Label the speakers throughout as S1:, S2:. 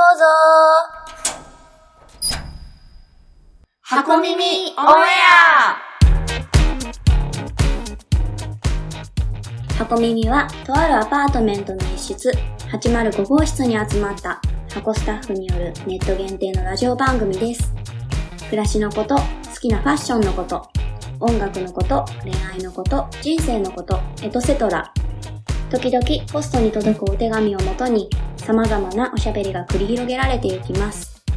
S1: うぞ
S2: 箱耳オンエ
S1: 箱耳は、とあるアパートメントの一室、805号室に集まった箱スタッフによるネット限定のラジオ番組です。暮らしのこと、好きなファッションのこと、音楽のこと、恋愛のこと、人生のこと、エトセトラ。時々ポストに届くお手紙をもとに、様々なおしゃべりが繰り広げられていきます。好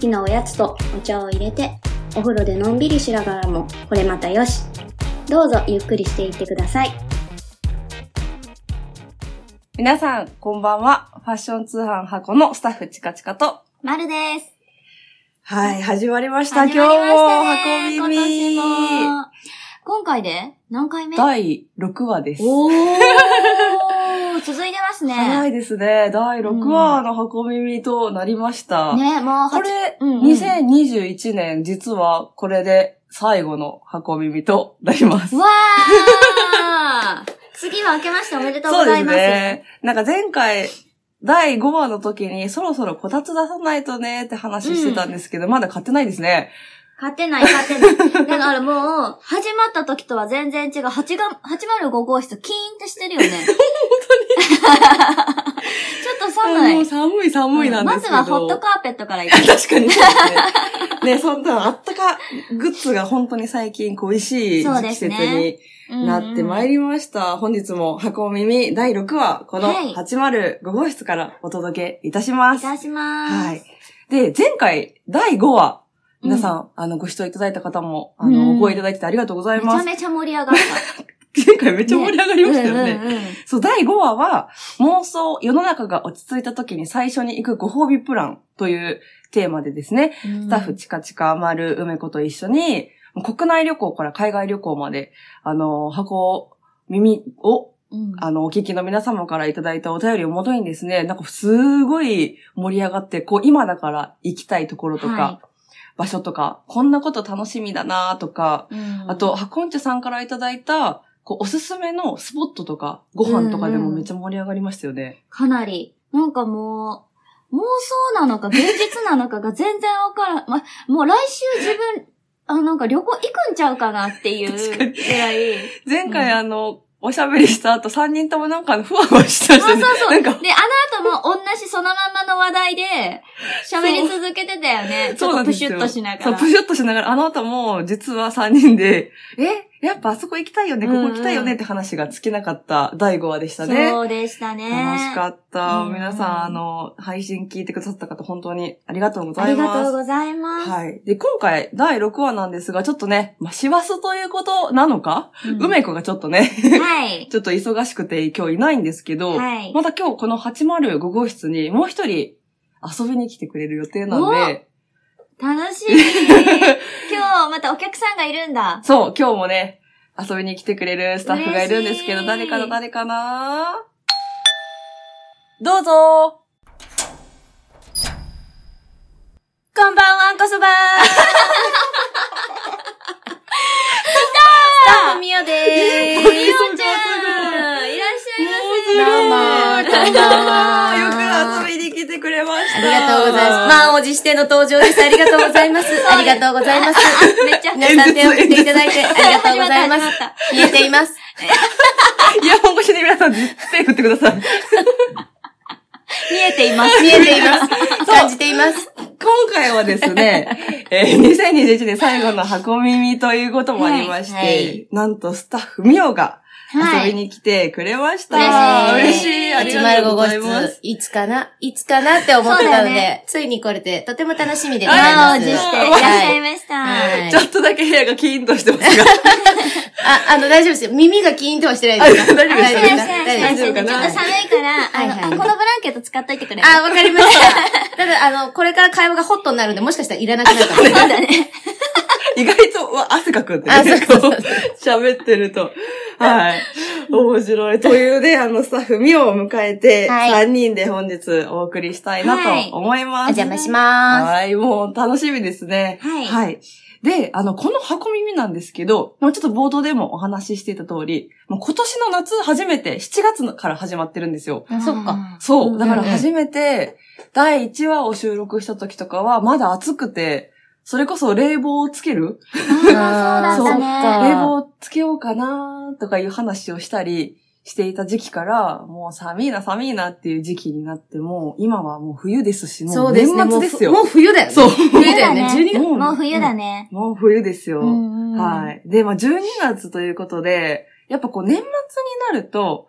S1: きなおやつとお茶を入れて、お風呂でのんびりしながらも、これまたよし。どうぞゆっくりしていってください。
S2: 皆さん、こんばんは。ファッション通販箱のスタッフチカチカと。
S1: まるです。
S2: はい、始まりました。
S1: 始まりましたね
S2: 今日も箱耳。
S1: 今年も今回で何回目
S2: 第6話です。
S1: おー 続いてます
S2: 早
S1: ね。
S2: いですね。第6話の箱耳となりました。
S1: ね、もう
S2: こ
S1: 八
S2: れ、
S1: うんうん
S2: 2021年、実はこれで最後の箱耳となります。
S1: わー 次は明けましておめでとう
S2: そ
S1: ご
S2: うで
S1: ざ
S2: す
S1: います。
S2: ね。なんか前回、第5話の時にそろそろこたつ出さないとねって話してたんですけど、まだ買ってないですね。
S1: 勝てない、勝てない。だからもう、始まった時とは全然違う。8が、805号室、キーンとしてるよ ね。本当に。ちょっと寒い。
S2: もう寒い寒いなんですけど。
S1: まずはホットカーペットからいく。
S2: 確かにそうですね。ね、そんなあったかグッズが本当に最近恋しい
S1: そう
S2: 季
S1: です
S2: 節
S1: ね
S2: になってまい
S1: り、
S2: りました。本日も箱耳第6話、この
S1: はい
S2: 805号室からお届けいたしま
S1: い
S2: す。
S1: たします。
S2: はい。で、前回第5話、
S1: うん
S2: 皆さん、あの、ご視聴いただいた方も、あ
S1: う
S2: の、
S1: ん
S2: ご応募いただいてありがとうござい
S1: めち
S2: ま
S1: ゃ
S2: す。
S1: めちゃ盛り上がった。
S2: 前回めっちゃ盛り上がりましたよね。
S1: うんうんうん
S2: そう、第5話は、妄想、世の中が落ち着いた時に最初に行くご褒美プランというテーマでですね、スタッフチカチカ丸梅子と一緒に、国内旅行から海外旅行まで、あの、箱、耳を、
S1: うん
S2: あの、お聞きの皆様からいただいたお便りをもとにですね、なんかすごい盛り上がって、こう、今だから行きたいところとか、
S1: は
S2: 場所とか、こんなこと楽しみだなとか、
S1: うん
S2: あと、ハコンチュさんからいただいた、こう、おすすめのスポットとか、ご飯とかでもめっちゃ盛り上がりましたよね。
S1: かなり、なんかもう、妄想なのか現実なのかが全然わからん。ま、もう来週自分、あ、なんか旅行行くんちゃうかなっていう
S2: 確かに
S1: ぐらい。
S2: 前
S1: うん
S2: 回、あの、おしゃべりした後、3人ともなんか、ふわふわしてまし
S1: そ
S2: た
S1: う
S2: ね。
S1: そうそう。
S2: な
S1: で、
S2: ん
S1: あ
S2: か、
S1: の後も同じそのままの話題で喋り続けてたよね。ち
S2: そう
S1: ょ
S2: な
S1: っ
S2: ん
S1: とプ
S2: です
S1: シ
S2: よ
S1: ュッとしな
S2: そ
S1: が
S2: う、
S1: ら
S2: プ。シュッとしながら、あなたも、実は3人で、え、やっぱあそこ行きたいよね、ここ行きたいよ
S1: うんうん
S2: ねって話が尽きなかった第5話でしたね。
S1: そうでしたね。
S2: 楽しかった。
S1: うん
S2: 皆さん、あの、配信聞いてくださった方、本当にありがとうご
S1: あ
S2: ざい
S1: り
S2: ます。
S1: がとうございます。
S2: はい。で、今回、第6話なんですが、ちょっとね、まあ、師走ということなのか、
S1: うん
S2: 梅子がちょっとね、
S1: はい。
S2: ちょっと忙しくて今日いないんですけど、
S1: はい
S2: また今日この805号室にもう一人遊びに来てくれる予定なんで、
S1: 楽しい。今日またお客さんがいるんだ。
S2: そう、今日もね、遊びに来てくれるスタッフがいるんですけ
S1: 嬉し
S2: ど、
S1: い
S2: 誰かな誰かなどうぞ
S3: こんばんは、あんこそばースタッフみよでーす。
S1: みおちゃんいらっしゃいませ。
S3: どうもこんばんは
S2: よく遊びに来てくれました。
S3: ありがとうございます。満を持しての登場です。ありがとうございます。ありがとうございます。
S1: めっちゃ
S3: 皆さん手を振っていただいてありがとうございます。見えています。
S2: イヤホン越しに皆さん、手振ってください。
S1: 見えています。
S3: 見えています。感じています。
S2: 今回はですね、えー2021年最後の箱耳ということもありまして、
S3: はいはい
S2: なんとスタッフミオが
S1: は
S2: 遊び
S1: い。
S2: に来てくれました。
S1: 嬉しい
S2: 嬉しい。ありがとうござい
S3: 805
S2: ま
S3: 室
S2: す。、
S3: いつかな、いつかなって思って
S1: そ
S3: た
S1: うだ
S3: の
S1: よ
S3: で、
S1: ね
S3: ついに来れて、とても楽しみでござい
S1: 満
S3: ま
S1: を
S3: す。
S1: 持していらっしゃいました。
S3: はい
S2: ちょっとだけ部屋がキーンとしてますが、
S3: あ、あの、大丈夫ですよ。耳がキーンとはしてないですか
S2: 大丈夫です
S1: い
S2: よ
S1: らっしゃい
S3: 大
S1: いらっし
S3: 丈
S1: ゃ
S3: 夫
S1: い。ちょ
S3: か
S1: っ
S3: な
S1: と寒いから、
S3: はいはい
S1: あの、このブランケット使っといてくれる。
S3: あ、わかりました。ただ、あの、これから会話がホットになるんで、もしかしたらいらなくなるかも。
S1: そうだね。
S2: 意外とわ汗かくんで、
S3: あそうそうそう
S2: こう喋ってると。はい。面白い。というね、あの、スタッフ、ミオを迎えて、
S3: は
S2: 3
S3: い
S2: 人で本日お送りしたいなと思い
S3: お
S2: ます。
S3: 邪魔しま
S2: はい、もう楽しみですね。
S3: す。はい。
S2: はい。で、あの、この箱耳なんですけど、もうちょっと冒頭でもお話ししていた通り、もう今年の夏初めて、7月から始まってるんですよ。
S3: あそっか。
S2: そう。だから
S3: うんうんうん
S2: 初めて、第1話を収録した時とかは、まだ暑くて、それこそ冷房をつける
S1: あーそうだったね。
S2: 冷房つけようかなとかいう話をしたりしていた時期から、もう寒いな寒いなっていう時期になっても、今はもう冬ですし、も
S3: そううで
S2: 年
S3: すね。
S2: 末ですよ。
S3: もうもう冬だよね。
S2: そう。
S3: 冬だよね。
S1: 冬だね
S3: 12月。。
S2: も
S1: もう冬だね。
S2: もう冬ですよ。はいい。で、まあ、12月ということで、やっぱこう年末になると、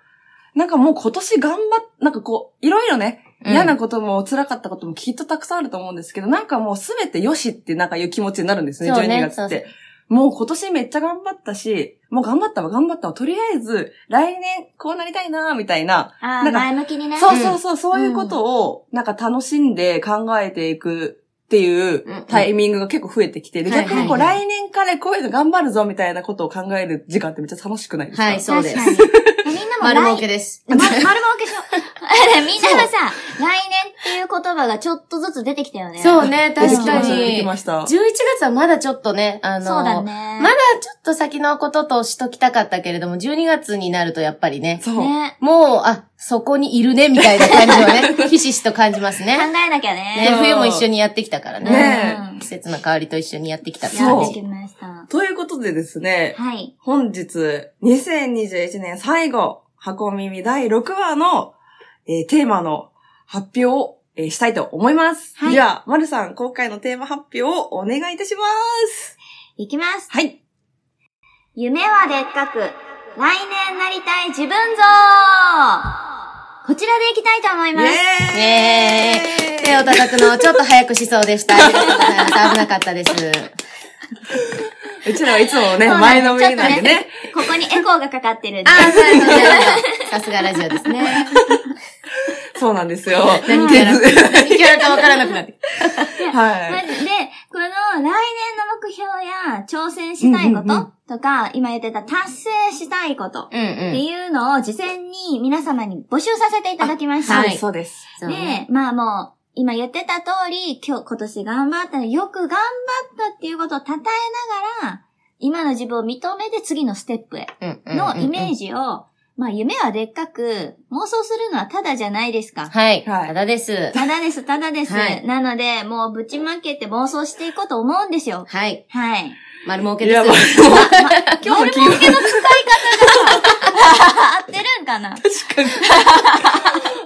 S2: なんかもう今年頑張っ、なんかこう、いろいろね、嫌なことも辛かったこともきっとたくさんあると思うんですけど、なんかもうすべてよしってなんかいう気持ちになるんですね、
S3: そうね
S2: 12月って。もう今年めっちゃ頑張ったし、もう頑張ったわ、頑張ったわ。とりあえず、来年こうなりたいな、みたいな。
S1: あ
S2: な
S1: あ、
S2: んか
S1: 前向きにね。
S2: そうそうそう、そういうことを、なんか楽しんで考えていくっていう
S3: うんうん
S2: タイミングが結構増えてきて、で
S3: はいはい
S2: 逆
S3: はい
S2: にこう来年からこういうの頑張るぞみたいなことを考える時間ってめっちゃ楽しくないですか
S3: はい、そうです。
S1: 確かに。えみん なも
S3: 丸儲
S1: 来
S3: けです。
S1: ま、丸儲けし よう。みんなはさ、来年っていう言葉がちょっとずつ出てきたよね。
S3: そうね、
S2: 出て
S3: 確
S2: き
S3: か
S2: ました、出て
S3: に。
S2: き
S3: 11
S2: ました。
S3: 月はまだちょっとね、あの、
S1: そうだ
S3: ま
S1: ね。
S3: だちょっと先のこととしときたかったけれども、12月になるとやっぱりね、
S2: そう。
S1: ね。
S3: もう、あ、そこにいるね、みたいな感じをね、ひしひしと感じます
S1: 考
S3: ね。
S1: えなきゃ
S3: ね
S1: ね。
S2: そう
S3: 冬も一緒にやってきたからね。
S2: ね
S1: うん
S3: 季節の変わりと一緒にやってきたって
S1: や
S3: 感
S1: っ
S2: そ
S1: て
S3: じ。
S1: きました。
S2: ということでですね、
S1: はい。
S2: 本日、2021年最後、箱耳第6話の、えーテーマの発表を、えーしたいと思います。
S1: はい
S2: では、まるさん、今回のテーマ発表をお願いいたします。
S1: いきます。
S2: はい。
S1: 夢はでっかく、来年なりたい自分像こちらでいきたいと思い
S2: イ
S1: ます。
S3: イエーイ手を叩くの、ちょっと早くしそうでした。ありがとうございます。危なかったです。
S2: うちらはいつもね、
S1: そう
S2: 前
S1: な
S2: の
S1: んで
S2: め
S1: す
S2: りなんでね。
S1: ここにエコーがかかってるんで。
S3: ああ、そうですね。さすがラジオですね。
S2: そうなんですよ。
S3: 何キャラ、
S2: 手ず
S3: 何キャラかわからなくなって。
S2: は
S1: ま
S2: い。
S1: ずで、この来年の目標や挑戦したいこ
S2: うんうんうん
S1: ととか、今言ってた達成したいことっ
S3: うん
S1: て
S3: うん。
S1: いうのを事前に皆様に募集させていただきまし
S2: そ
S1: た。
S2: う
S3: は
S2: で
S3: い
S2: す、そうです。
S3: そうね。
S1: で、まあもう、今言ってた通り、今日、今年頑張ったの、よく頑張ったっていうことを称えながら、今の自分を認めて次のステップへ
S3: うんうん
S1: のイメー
S3: ジ。
S1: ジを、まあ夢はでっかく、妄想するのはただじゃないですか。
S3: はい。
S2: はい
S3: ただです。
S1: ただです、ただです。
S3: はい
S1: なので、もうぶちまけて妄想していこうと思うんですよ。
S3: はい。
S1: はい。
S3: 丸儲け
S2: い
S3: で
S2: や、
S3: す
S2: もう。、
S1: 今
S2: 今日
S1: 日
S2: の
S1: の
S2: 気分、
S1: 合ってるんかな
S2: 確かに。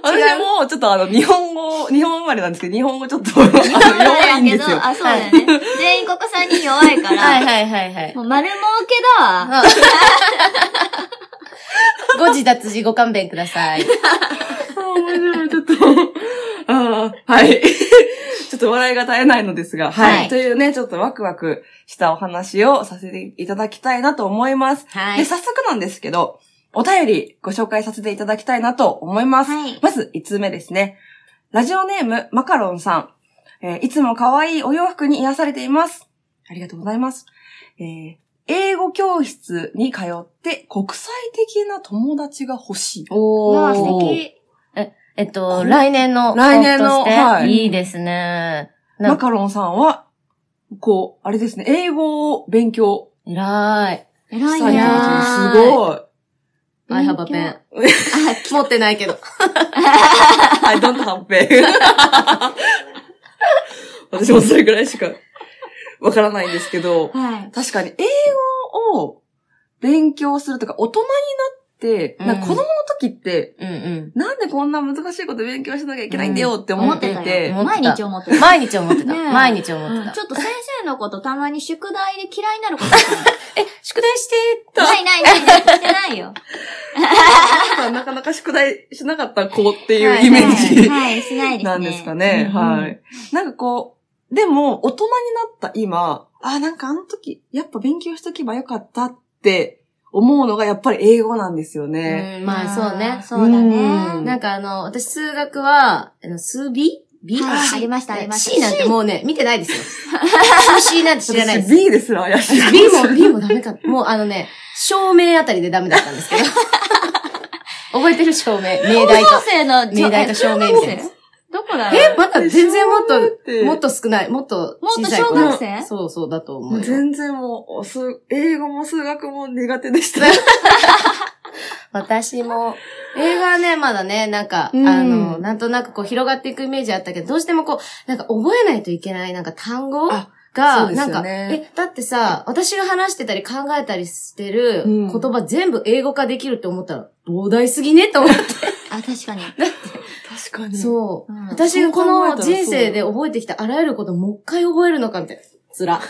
S2: 私も、ちょっとあの、日本語、日本生まれなんですけど、日本語ちょっと、あの弱いんですよ。
S1: あ、そうだよね。全員ここ3人弱いから、
S3: はいはいはいはい。
S1: もう丸儲けだ わ。
S3: ご自立自ご勘弁ください。
S2: あ面白い、ちょっと。 あーはい。 ちょっと笑いが絶えないのですが、はい、
S3: はい
S2: というね、ちょっとワクワクしたお話をさせていただきたいなと思います。
S3: は
S2: で、
S3: い。
S2: 早速なんですけど、お便りご紹介させていただきたいなと思います。
S1: はい
S2: まず、5つ目ですね。ラジオネーム、マカロンさん。えーいつも可愛いお洋服に癒されています。ありがとうございます。えー英語教室に通って国際的な友達が欲しい。
S1: うわあ、素
S3: おー。
S1: 敵。
S3: えっと、来年の。
S2: 来年の
S3: として
S2: はい
S3: いいですね。な
S2: マ
S3: んか、
S2: カロンさんは、こう、あれですね、英語を勉強
S3: 偉い。
S1: 偉い
S2: したい
S1: ね
S3: やー
S2: なという
S1: 勉強
S3: I have a pen. 持ってないけど。
S2: すごい。I don't have pen. 私もそれぐらいしかわからないんですけど、
S1: はい。
S2: 確かに英語を勉強するとか、大人になって、
S3: うん
S2: なんか子供の時って、
S3: うんう
S2: なんでこんな難しいこと勉強しなきゃいけないんだよって思
S1: 思
S2: っ
S1: って
S2: て
S1: た
S2: て、
S1: よ。
S3: 思って
S1: 毎
S3: た
S1: 日思って
S3: ん。
S1: た。
S3: 毎日思ってた。
S1: ねえ
S3: 毎日思ってた。
S1: ちょっと先生のことたまに宿題で嫌いになることあ
S3: 宿題して
S1: るないないないない、してないよ。
S2: なかなか宿題しなかった子っていうイメージ。
S1: はいはい、しないですね。
S2: なんですかね。
S3: うんうん
S2: はい。なんかこう、でも、大人になった今、あ、なんかあの時、やっぱ勉強しとけばよかったって思うのがやっぱり英語なんですよね。
S3: うん、まあそうね。
S1: そうだ
S2: うん
S1: ね。
S3: なんかあの、私数学は、あの数 B? B?
S4: はい
S3: あ
S4: ありましたありました
S3: C なんてもうね、見てないですよ。C なんて知らないです。
S2: 私 B ですら怪しい。
S3: B も、B もダメか。もうあのね、照明あたりでダメだったんですけ ど。覚えてる照明。明大と。
S1: 生の
S3: 明大と照明みたいな。
S1: どこだ
S3: え、まだ全然もっと、
S2: と
S3: もっと少ない。もっと小さい子
S1: もっと小学生
S3: そうそうだと思
S2: もう
S3: うよ。
S2: 全然もう、す、英語も数学も苦手で した。
S3: 私も、映画はね、まだね、なんか、
S2: うん
S3: あの、なんとなくこう広がっていくイメージあったけど、どうしてもこう、なんか覚えないといけない、なんか単語
S2: あそう
S3: が、
S2: ですよ
S3: なん
S2: ね
S3: か、え、だってさ、私が話してたり考えたりしてる
S2: うん
S3: 言葉全部英語化できるって思ったら、膨大すぎねって思った。
S1: あ、確かに。
S2: 確かに。
S3: そう。
S1: うん
S3: 私がこ
S2: そう考えた
S3: の
S2: らそう
S3: 人生で覚えてきたあらゆることもう一回覚えるのかみたいな。つら。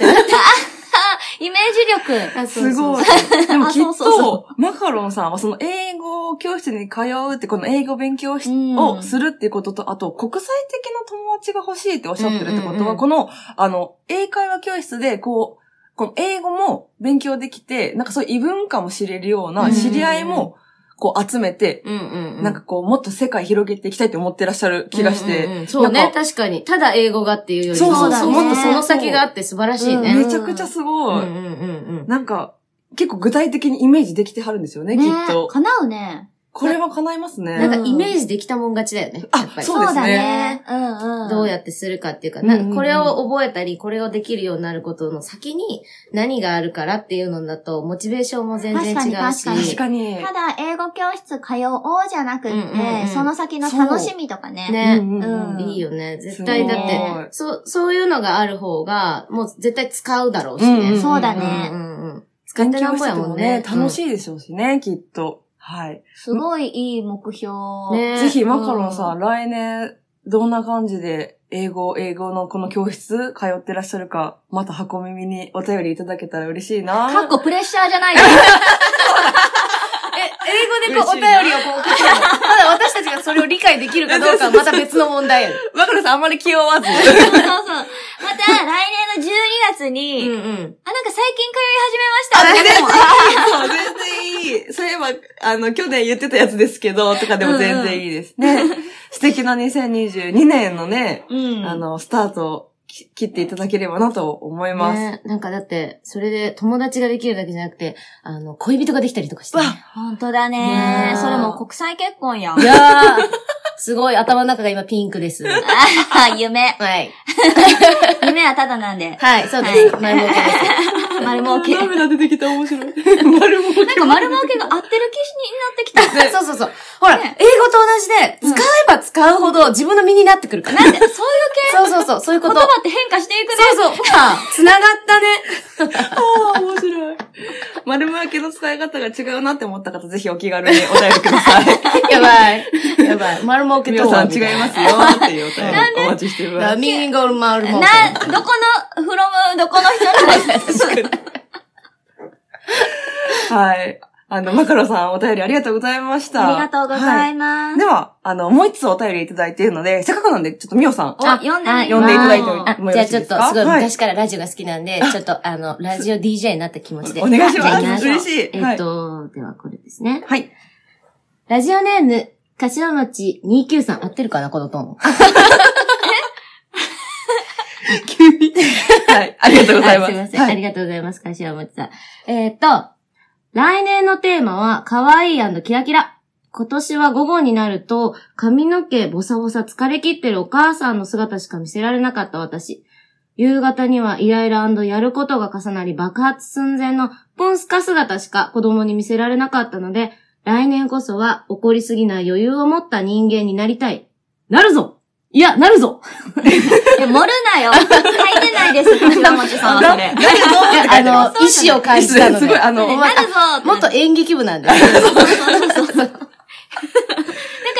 S1: イメージ力。
S2: すごい。でもきっと、マカロンさんはその英語教室に通うって、この英語勉強し
S1: うん
S2: をするっていうことと、あと国際的な友達が欲しいっておっしゃってるってことは、
S3: うんうんうん
S2: この、あの、英会話教室で、こう、この英語も勉強できて、なんかそういう異文化も知れるよう
S3: う
S2: なん知り合いも、こう集めて、
S3: うんうんう
S2: なんかこう、もっと世界広げていきたいって思ってらっしゃる気がして、
S3: うんうんうんそう
S2: な
S3: ね
S2: ん、か
S3: 確かに。ただ英語がっていうよりも、
S2: そう
S1: そうそう
S3: もっとその先があって素晴らしい
S2: うん
S3: ね。
S2: めちゃくちゃす
S3: うん
S2: ご
S3: う
S2: い。
S3: んうん
S2: なんか、結構具体的にイメージできてはるんですよね、きっと。
S1: 叶うね。
S2: これは叶います
S3: う
S2: ね。
S3: ん。なんかイメージできたもん勝ちだよね。
S2: あ
S3: やっぱり
S2: そうで
S1: そう
S2: すね。
S1: だね。うんうん。
S3: どうやってするかっていうか、
S2: うんうんうん
S3: なこれを覚えたり、これをできるようになることの先に何があるからっていうのだと、モチベーションも全然違う
S1: 確
S3: し。
S2: 確かに。
S1: ただ、英語教室通おうじゃなくって、
S3: うんうんうん
S1: その先の楽しみとかね。
S3: ね、
S2: うんうんう
S1: う
S2: ん
S1: ん
S3: いいよね。絶対だっ
S1: す
S2: ごい
S3: て、そう、そういうのがある方が、もう絶対使うだろうし
S2: うんうんうん
S3: ね。
S1: そうだね
S3: んうんうん使っ
S2: 勉
S3: てなん
S2: 強して
S3: ぼや
S2: て
S3: も
S2: も
S3: んね
S2: ね、。楽しいでしょうしね、きっと。はい。
S1: すごいいい目標。
S3: ね
S2: ぜひ、マカロンさん、来年、どんな感じで、英語、英語のこの教室、通ってらっしゃるか、また箱耳にお便りいただけたら嬉しいな。
S1: かっこプレッシャーじゃない よ。
S3: 英語でこうお便 りをこう送っても、ただ私たちがそれを理解できるかどうかはまた別の問題やね。
S2: マカロンさん、あんまり気負 わず。
S1: そうそうそう。また、来年の12月
S3: う
S1: に、あ、な
S3: ん
S1: んか最近通い始めましたとかでも、
S2: そう、全然いい。そういえば、あの、去年言ってたやつですけど、とかでも全然いいですね。 素敵な2022年のね、
S3: うん。
S2: あの、スタートをき切っていただければなと思います。
S3: ね、なんかだって、それで友達ができるだけじゃなくて、あの、恋人ができたりとかして、ね。
S1: 本当だ
S2: ね
S1: ね。それも国際結婚やん
S3: い。やー、すごい頭の中が今ピンク です。は
S1: あ 夢。
S3: い。
S1: 夢はただなんで。
S3: はい、そうです。前もってです。
S1: 丸儲 け。なん
S2: 涙出てきた、面 白い。丸儲け。
S1: か丸儲けが合ってる気に なってき
S3: ね そうそうそう。ほら、英語と同じで、使えば使うほど自分の身になってくるか
S1: た。
S3: ら。
S1: なんで、そういう系
S3: そうそうそう、そういうこ
S1: 言
S3: と。
S1: 葉って変化していくね。
S3: そうそう、ほら、繋がったね。
S2: ああ、面白い。丸儲けの使い方が違うなって思った方、ぜひお気軽にお便りくださ い。
S3: やばい。やばい。丸儲け
S2: 皆
S3: と
S2: さ
S3: は。
S2: ん違いますよっていうお便りお待ちしていま
S3: ラ
S2: す。
S3: ミンゴ丸儲け。
S1: な、どこの、フロム、どこの人なの
S2: はい。あの、マカロさんお便りありがとうございました。
S1: ありがとうございます。
S2: では、あの、もう一つお便りいただいているので、せっかくなんで、ちょっとミオさん。
S1: あ、読んでみ
S3: はい
S1: よう
S2: 読んでいただいても
S3: あ、
S2: もう
S3: じ
S2: よろ
S3: ゃあ
S2: しい
S3: ち
S2: で
S3: ょっ
S2: すか
S3: とすごい
S2: はい
S3: 昔からラジオが好きなんで、ちょっとあの、ラジオ DJ になった気持ちで。
S2: お願いします
S3: じゃあ行きしょう
S2: 嬉しい
S3: えっと、ではこれですね。
S2: はい。
S3: ラジオネーム、柏餅293。合ってるかなこのトーン。
S2: 急に。はい。ありがとうございます。
S3: はいすいません。ありがとうございます。柏餅さん。えーっと、来年のテーマは、可愛いキラキラ。今年は午後になると、髪の毛ボサボサ疲れ切ってるお母さんの姿しか見せられなかった私。夕方にはイライラやることが重なり爆発寸前のポンスカ姿しか子供に見せられなかったので、来年こそは怒りすぎない余裕を持った人間になりたい。なるぞいや、なるぞ
S1: いや、盛るなよ。書いて ないです、柏餅さんはそれ。
S2: なるぞって書 いて
S3: あ
S2: ま
S3: の、意志を感
S2: す。
S3: じたの
S2: す
S3: で
S2: ごい、。あの、
S1: なるぞって
S3: もっと
S1: だか
S3: 演劇部なんです。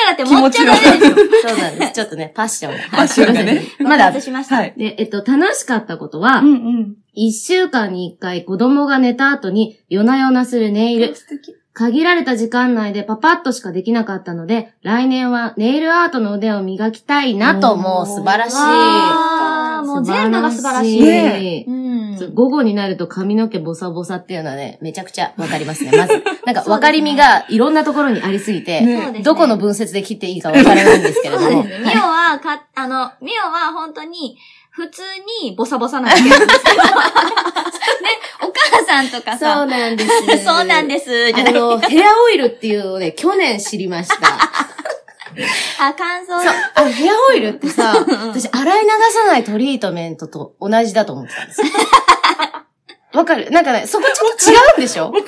S1: らって、もっちゃダメですよ。
S3: そうなんです。ちょっとね、パッションが。
S2: パッションがね。
S3: まだ
S1: お待たせ、しました。
S2: はい。
S3: で、えっと、楽しかったことは、
S2: んうん。
S3: 一週間に一回子供が寝た後に夜な夜なするネイル。
S2: 素敵。
S3: 限られた時間内でパパッとしかできなかったので、来年はネイルアートの腕を磨きたいなと、
S2: おー
S3: もう素晴らしい。
S1: わーもう全部が素晴らしい。
S2: ね
S1: うん。
S3: そう午後になると髪の毛ボサボサっていうのはね、めちゃくちゃわかりますね、 まず。なんか分かりみがいろんなところにありすぎて、
S2: ね
S1: そうですね
S3: どこの分節で切っていいかわからないんですけれ
S1: そ
S3: ど
S1: うです
S3: も。
S1: ね。ミオは、か、あの、ミオは本当に、普通にボサボサなんですけど。 ね、お母さんとか
S3: そう
S1: さ、
S3: なんです。。
S1: そうなんですす。じゃな
S3: あ
S1: くて
S3: の、ヘアオイルっていうのをね、去年知りました。
S1: あ、乾燥。
S3: そう。あの、ヘアオイルってさ、私、洗い流さないトリートメントと同じだと思ってたんですよ。わかるなんかね、そこちょっと違うんでしょ
S1: オイ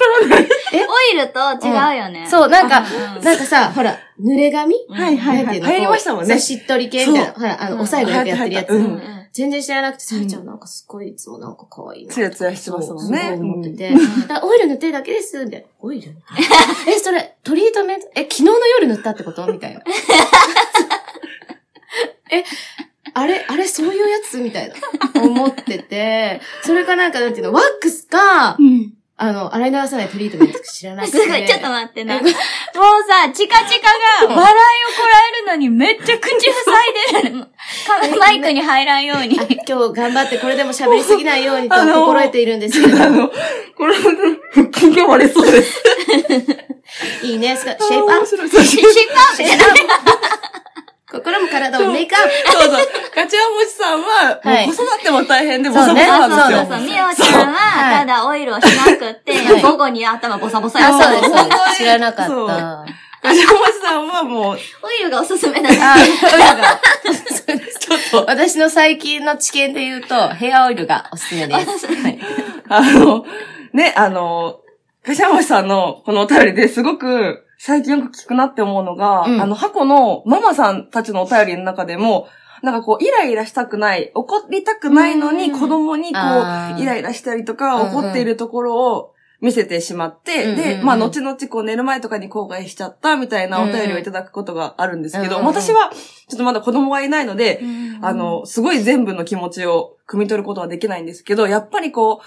S1: ルと違うよね。
S3: そう、なんか、
S1: うん
S3: なんかさ、ほら、濡れ髪
S2: はいはいはい。流行りましたもんね。
S3: そうしっとり系みたいな。ほら、あの、
S1: うん
S3: おさえがよくやってるや
S2: う
S3: つ。
S1: うん
S2: ん
S1: うん
S3: 全然知らなくて、さえちゃんなんかすごいいつもなんか可愛いな。
S2: ツヤツヤしてますもん
S3: そうす
S2: ね。
S3: ごい思って
S2: うん
S3: て。だからオイル塗ってるだけです、みたいな。オイルえ、それ、トリートメント、え、昨日の夜塗ったってことみたいな。え、あれ、あれ、そういうやつみたいな。思ってて、それかなんか、なんていうの、ワックスか、あの、洗い流さないトリートメントか知らなく
S1: す
S3: て。
S1: ごい、ちょっと待ってな。もうさ、チカチカが笑いをこらえるのにめっちゃ口塞いでるの。 かマイクに入らん ように。
S3: 今日頑張ってこれでも喋りすぎないようにと心得ているんですけど。
S2: あの、これ、腹筋が割れそう です。
S3: いいね、すごいシェイプアッ
S2: 面白い。
S3: プ。
S2: そうそう。
S3: 心も体もメイクアップ。
S2: ガチャモチさんは、
S3: はい
S2: もう子育ても大変で、ボ
S3: そ
S2: サ
S3: う
S2: ボ
S3: ね
S2: サ
S1: そう
S2: な
S1: そうんそ
S2: で
S1: う。
S2: すよ。
S1: みおちゃんは、ただオイルをしなくって
S3: は い、
S1: 午後に頭ボサボサや
S3: あ、
S1: っ
S3: そうです、そう
S2: そう
S3: です。知らなかった。
S2: ガチャモチさんは もう、
S1: オイルがおすすめなんだ。
S3: あ、オイルが。
S2: ちょっと、
S3: 私の最近の知見で言うと、ヘアオイルがおすす めです。はい
S2: あの、ね、あの、ガチャモチさんのこのお便りですごく、最近よく聞くなって思うのが、
S3: うん
S2: あの、箱のママさんたちのお便りの中でも、なんかこう、イライラしたくない、怒りたくないのに
S1: うん
S2: 子供にこ
S3: あ
S2: う、
S3: ー
S2: イライラしたりとか、
S3: うんうん
S2: 怒っているところを見せてしまって、
S3: うんうんうん
S2: で、まあ、後々こう、寝る前とかに後悔しちゃったみたいなお便りをいただくことがあるんですけど、
S3: うんうんうん
S2: 私は、ちょっとまだ子供がいないので、あの、すごい全部の気持ちを汲み取ることはできないんですけど、やっぱりこう、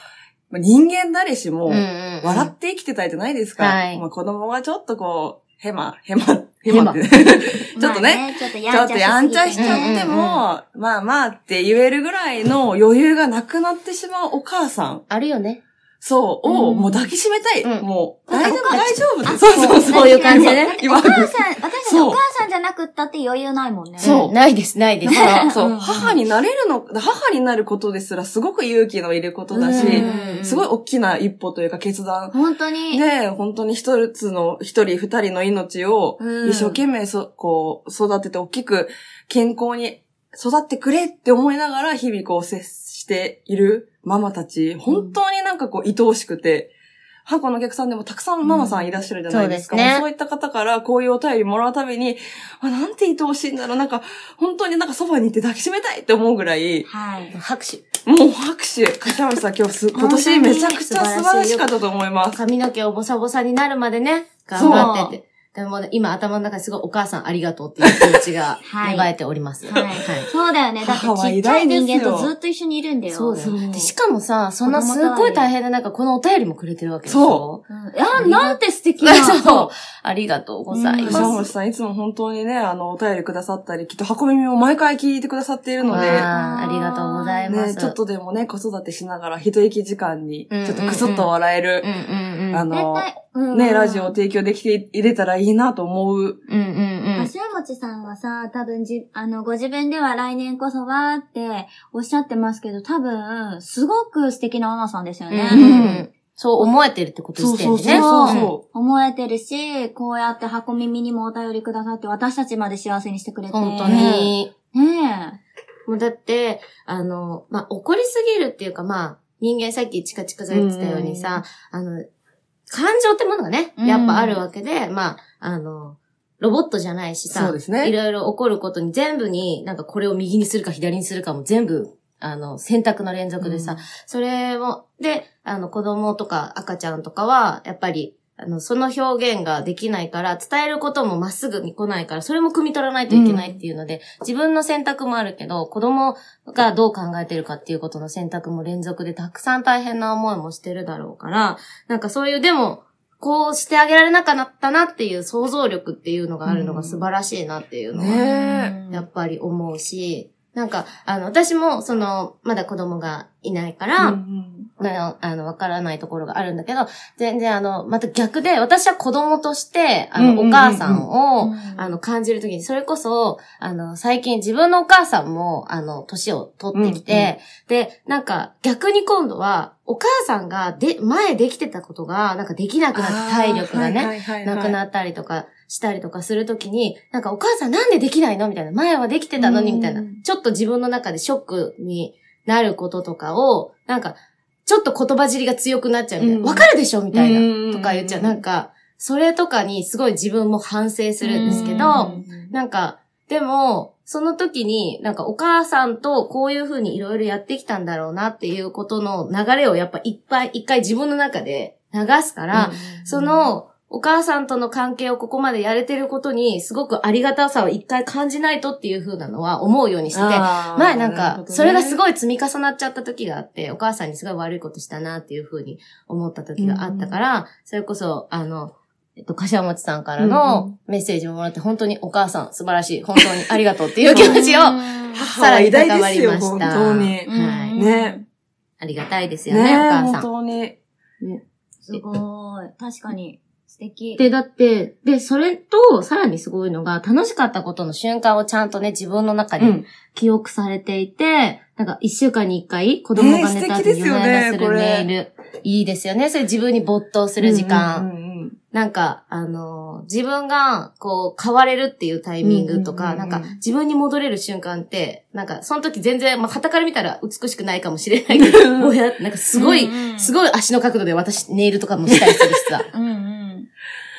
S2: まあ人間誰しも、
S3: うん
S2: 笑って生きてたいじゃないですか。
S3: はい
S2: まあ子供はちょっとこう、ヘマ、ヘマ、ヘ
S3: マ
S2: マって。 ちょっとね、
S1: ちょっと
S2: ちょっとやんちゃしち
S3: て
S2: ゃっても、まあまあって言えるぐらいの余裕がなくなってしまうお母さん。
S3: あるよね。
S2: そう、を、
S3: うん
S2: もう抱きしめたい。
S3: うん
S2: もう、大丈夫、
S1: あ
S2: 大丈夫って。 そうそうそう。
S3: こういう感じ でね
S2: 今
S1: お
S2: 今
S1: 母さん、私たち
S2: そう
S1: お母さんじゃなくったって余裕ないもんね。
S2: そう
S3: うんないです、ないで
S2: だ
S3: す。
S2: から、
S1: うん
S2: そうう、
S1: ん
S2: 母になれるの、母になることですらすごく勇気のいることだし、
S3: うん
S2: すごい大きな一歩というか決断。
S1: 本当に。
S2: で、本当に一つの、一人二人の命を
S1: うん
S2: 一生懸命そ、こう、育てて大きく健康に育ってくれって思いながら日々こう接しているママたち、本当になんかこう愛おしくて、箱のお客さんでもたくさんママさんいらっしゃるじゃないですか。
S3: うんそうです
S2: も
S3: ね
S2: うそういった方からこういうお便りもらうために、あ、なんて愛おしいんだろう。なんか、本当になんかそばにいて抱きしめたいって思うぐらい、
S1: はい。
S3: 拍手。
S2: もう拍手、柏原さん今日 す、今年めちゃくちゃ素晴らしかったと思います。
S3: 髪の毛をボサボサになるまでね、頑張ってて。でもね今頭の中ですごいお母さんありがとうっていう気持ち が
S1: はい
S3: 芽生えております。
S1: はいそうだよね。だって
S2: 母は
S1: ちっ
S2: 偉
S1: ちゃい
S2: 大ですよ
S1: 人間とずっと一緒にいるんだよ。
S3: そうだ
S2: そ
S3: よ。
S2: う
S3: でしかもさ、そんなすっごい大変な中、このお便りもくれてるわけでしょ
S2: そ
S1: うんあ、なんて素敵 な。
S3: そう。ありがとうござい
S2: 柏
S3: ま
S2: 本
S3: す。
S2: さんいつも本当にね、あの、お便りくださったり、きっと箱耳も毎回聞いてくださっているの
S3: わ
S2: で、
S3: あありがとうございます。
S2: ね、ちょっとでもね、子育てしながら一息時間に、ち
S3: うんうんう
S2: ょ
S3: ん
S2: っとクソッと笑える、
S3: うんうんうん。
S2: あ
S1: 絶
S2: の、
S1: 対、うん
S2: ね、ラジオを。提供できていれたらいいなと思う。
S3: うんうんうん。
S1: 足持ちさんはさ、多分じ、あの、ご自分では来年こそはっておっしゃってますけど、多分、すごく素敵なママさんですよね。
S3: うんうんうんそう思えてるってこと
S2: そう
S3: してる
S2: そ
S3: ね。
S2: うそうそう
S3: うん
S2: そ
S1: 思えてるし、こうやって箱耳にもお便りくださって、私たちまで幸せにしてくれて。
S3: 本当。に。
S1: ね
S3: もうだって、あの、まあ、怒りすぎるっていうか、まあ、人間さっきチカチカさん言ってたようにさ、あの、感情ってものがね、やっぱあるわけで、まあ、あの、ロボットじゃないし
S2: う。
S3: さ、
S2: そうです
S3: い
S2: ね。
S3: ろいろ起こることに全部に、なんかこれを右にするか左にするかも全部、あの、選択の連続でさ、
S2: うん
S3: それを、で、あの、子供とか赤ちゃんとかは、やっぱり、あの、その表現ができないから、伝えることもまっすぐに来ないから、それも汲み取らないといけないっていうので、自分の選択もあるけど、子供がどう考えてるかっていうことの選択も連続で、たくさん大変な思いもしてるだろうから、なんかそういう、でも、こうしてあげられなかったなっていう想像力っていうのがあるのが素晴らしいなっていうのは、
S2: ね
S1: え。
S3: やっぱり思うし、なんか、あの、私も、その、まだ子供がいないから、
S2: うんうん
S3: なあの、わからないところがあるんだけど、全然あの、また逆で、私は子供として、あ
S2: うんうんうん
S3: の、
S2: うん
S3: お母さんを、
S1: うん
S3: あの、感じるときに、それこそ、あの、最近自分のお母さんも、あの、年を取ってきて、で、なんか、逆に今度は、お母さんが、で、前できてたことが、なんかできなくなって、体力がね、なくなったりとかしたりとかするときに、なんかお母さんなんでできないのみたいな。前はできてたのに
S1: うん
S3: みたいな。ちょっと自分の中でショックになることとかを、なんか、ちょっと言葉尻が強くなっちゃうみたい
S2: うん
S3: な。わかるでしょみたいな。
S2: な
S3: とか言っちゃう。なんか、それとかにすごい自分も反省するんですけど、なんか、でも、その時に、なんかお母さんとこういう風にいろいろやってきたんだろうなっていうことの流れをやっぱいっぱい、一回自分の中で流すから、その、お母さんとの関係をここまでやれてることに、すごくありがたさを一回感じないとっていう風なのは思うようにして、前
S2: 前
S3: なんか、それがす
S2: い。
S3: ごい積み重なっちゃった時があって、お母さんにすごい悪いことしたなっていう風に思った時があったから、それこそ、あの、えっと、柏松さんから
S2: うん
S3: のメッセージももらって、本当にお母さん素晴らしい、本当にありがとうっていう気持ちを、は
S2: 母は偉大ですよ、
S3: さ
S2: 本
S3: らに高まりました
S2: 当に。
S3: い。
S2: ね
S3: ありがたいです
S2: ね
S3: よね、お母
S2: 本
S3: さん。
S2: 当に。
S1: すごい。確かに、素敵。
S3: で、だって、で、それと、さらにすごいのが、楽しかったことの瞬間をちゃんとね、自分の中
S2: う
S3: で
S2: ん。
S3: 記憶されていて、なんか、一週間に一回、子供が寝た
S2: ね素敵
S3: 後
S2: で
S3: に
S2: すよね
S3: 夜な夜なす
S2: こ
S3: る
S2: れ
S3: メール。いいですよね。それ自分に没頭する時間。
S2: うんうんうん
S3: なんか、あのー自分が、こう、変われるっていうタイミングとか、
S2: うんうんうんうん
S3: なんか、自分に戻れる瞬間って、なんか、その時全然、まあ、傍から見たら美しくないかもしれないけど、 もうや、なんかすごい、す
S1: い。
S3: ごい足の角度で私、ネイルとかもしたりするしさ。
S1: うんうん。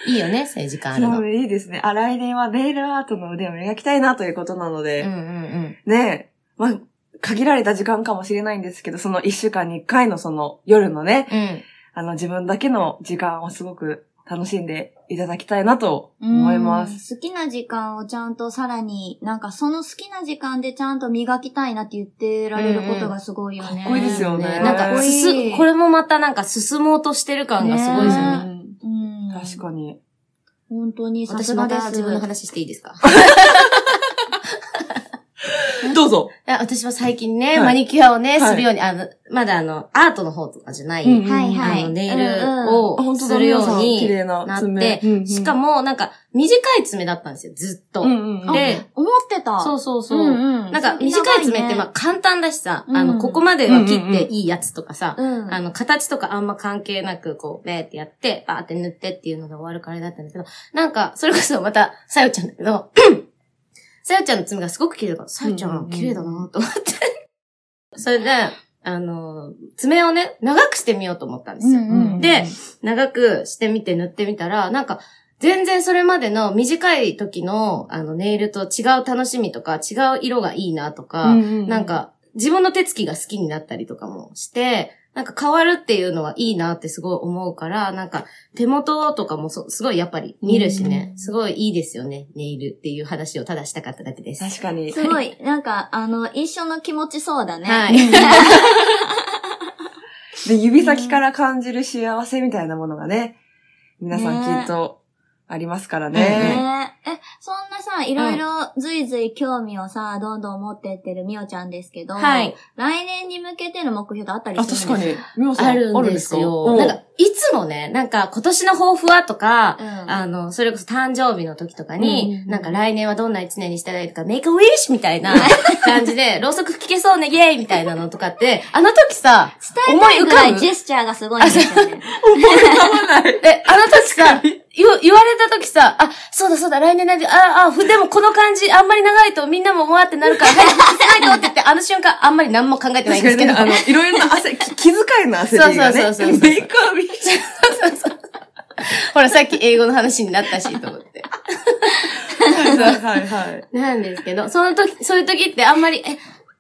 S3: いいよね、そういう時間あ
S2: そ
S3: る
S2: う
S3: の。うん
S2: いいですね。あ、来年はネイルアートの腕を磨きたいなということなので、
S3: うんうん。
S2: ねまあ、限られた時間かもしれないんですけど、その一週間に一回のその夜のね、
S3: うん。
S2: あの自分だけの時間をすごく楽しんでいただきたいなと思います。
S1: うん。好きな時間をちゃんとさらに、なんかその好きな時間でちゃんと磨きたいなって言ってられることがすごいよね。
S2: かっこいいですよね
S3: なん
S2: かっ
S3: か、
S2: こ
S3: す
S1: いい
S3: す、これもまたなんか進もうとしてる感がすごいですよね。
S1: ね
S2: う
S1: うん
S2: ん確かに。
S1: 本当にさ
S3: 私
S1: すが
S3: ま
S1: で
S3: た
S1: す。
S3: 自分の話していいですか
S2: どうぞ。
S3: いや私は最近ね、
S2: はい
S3: マニキュアをね、
S2: はい
S3: するように、あの、まだあの、アートの方とかじゃない、
S2: うん
S1: はいはい。
S3: あの、ネ
S1: うん
S3: イ
S1: うん
S3: ル
S2: あ
S3: を
S2: 本当だ
S3: するよう
S2: 皆さん綺
S3: に
S2: 麗な
S3: な
S2: 爪
S3: っ。て、しか
S2: も、
S3: もなんか短い爪だったんですよ、ずっと。
S2: うんうんうん
S3: で、
S1: 思ってた。
S3: そううそうそう。
S1: んうん
S3: なんか短い爪ってまあ、簡単だしさ、あ
S1: う
S3: の、
S1: ん
S3: ここまでは切っていいやつとかさ、
S1: うん。
S3: あの、形とかあんま関係なく、こう、べーってやって、バーって塗ってっていうので終わるからあれだったんだけど、なんか、それこそまた、さよちゃんだけど、 さよちゃんの爪がすごく綺麗だから、さよちゃ
S2: うんうんうん
S3: ん、綺麗だなと思って。 それで、あの、爪をね、長くしてみようと思ったんですよ。
S1: うんうん
S3: で、長くしてみて塗ってみたら、なんか、全然それまでの短い時の、あの、ネイルと違う楽しみとか、違う色がいいなとか、なん、か、自分の手つきが好きになったりとかもして、なんか変わるっていうのはいいなってすごい思うから、なんか手元とかもそすごいやっぱり見るしね、すごいいいですよね、ネイルっていう話をただしたかっただけです。
S2: 確かに。
S1: すごい、なんか、あの、一緒の気持ちそうだね。
S3: はい。
S2: で、指先から感じる幸せみたいなものがね、皆さんきっとありますからね。
S1: ねえ。え、そんなさ、いろいろずいずい興味をさ、どんどん持ってってるみおちゃんですけど、
S3: はい。
S1: 来年に向けての目標ってあったり
S2: あ、
S1: する
S2: 確かに。みおさん、
S3: あるんですよ。なんか、いつもね、なんか今年の抱負はとか、
S1: うん
S3: あの、それこそ誕生日の時とか
S2: うんうん
S3: に
S2: う、ん
S3: なんか来年はどんな一年にしたらいいとか、メイクウィッシュみたいな感じで、ろうそく吹けそうね、イェーイみたいなのとかって、あの時さ、
S1: 伝えたいぐらいジェスチャーがすごいんですよね。
S3: え、あの時さ、言わ言われた時さ、あ、そうだそうだ、来年来年、あ、あ、ふでもこの感じ、あんまり長いとみんなももわってなるから、早く着せないとって言って、あの瞬間あんまり何も考えてない
S2: 確
S3: んで
S2: かに
S3: すけ
S2: ね、
S3: ど。
S2: あの、いろいろな汗、き気遣いの汗がね。
S3: そうそうそうそうそう
S2: メイクアップし
S3: ほら、さっき英語の話になったし、と思って。
S2: はいはいはいはい。
S3: なんですけど、その時、そういう時ってあんまり、え、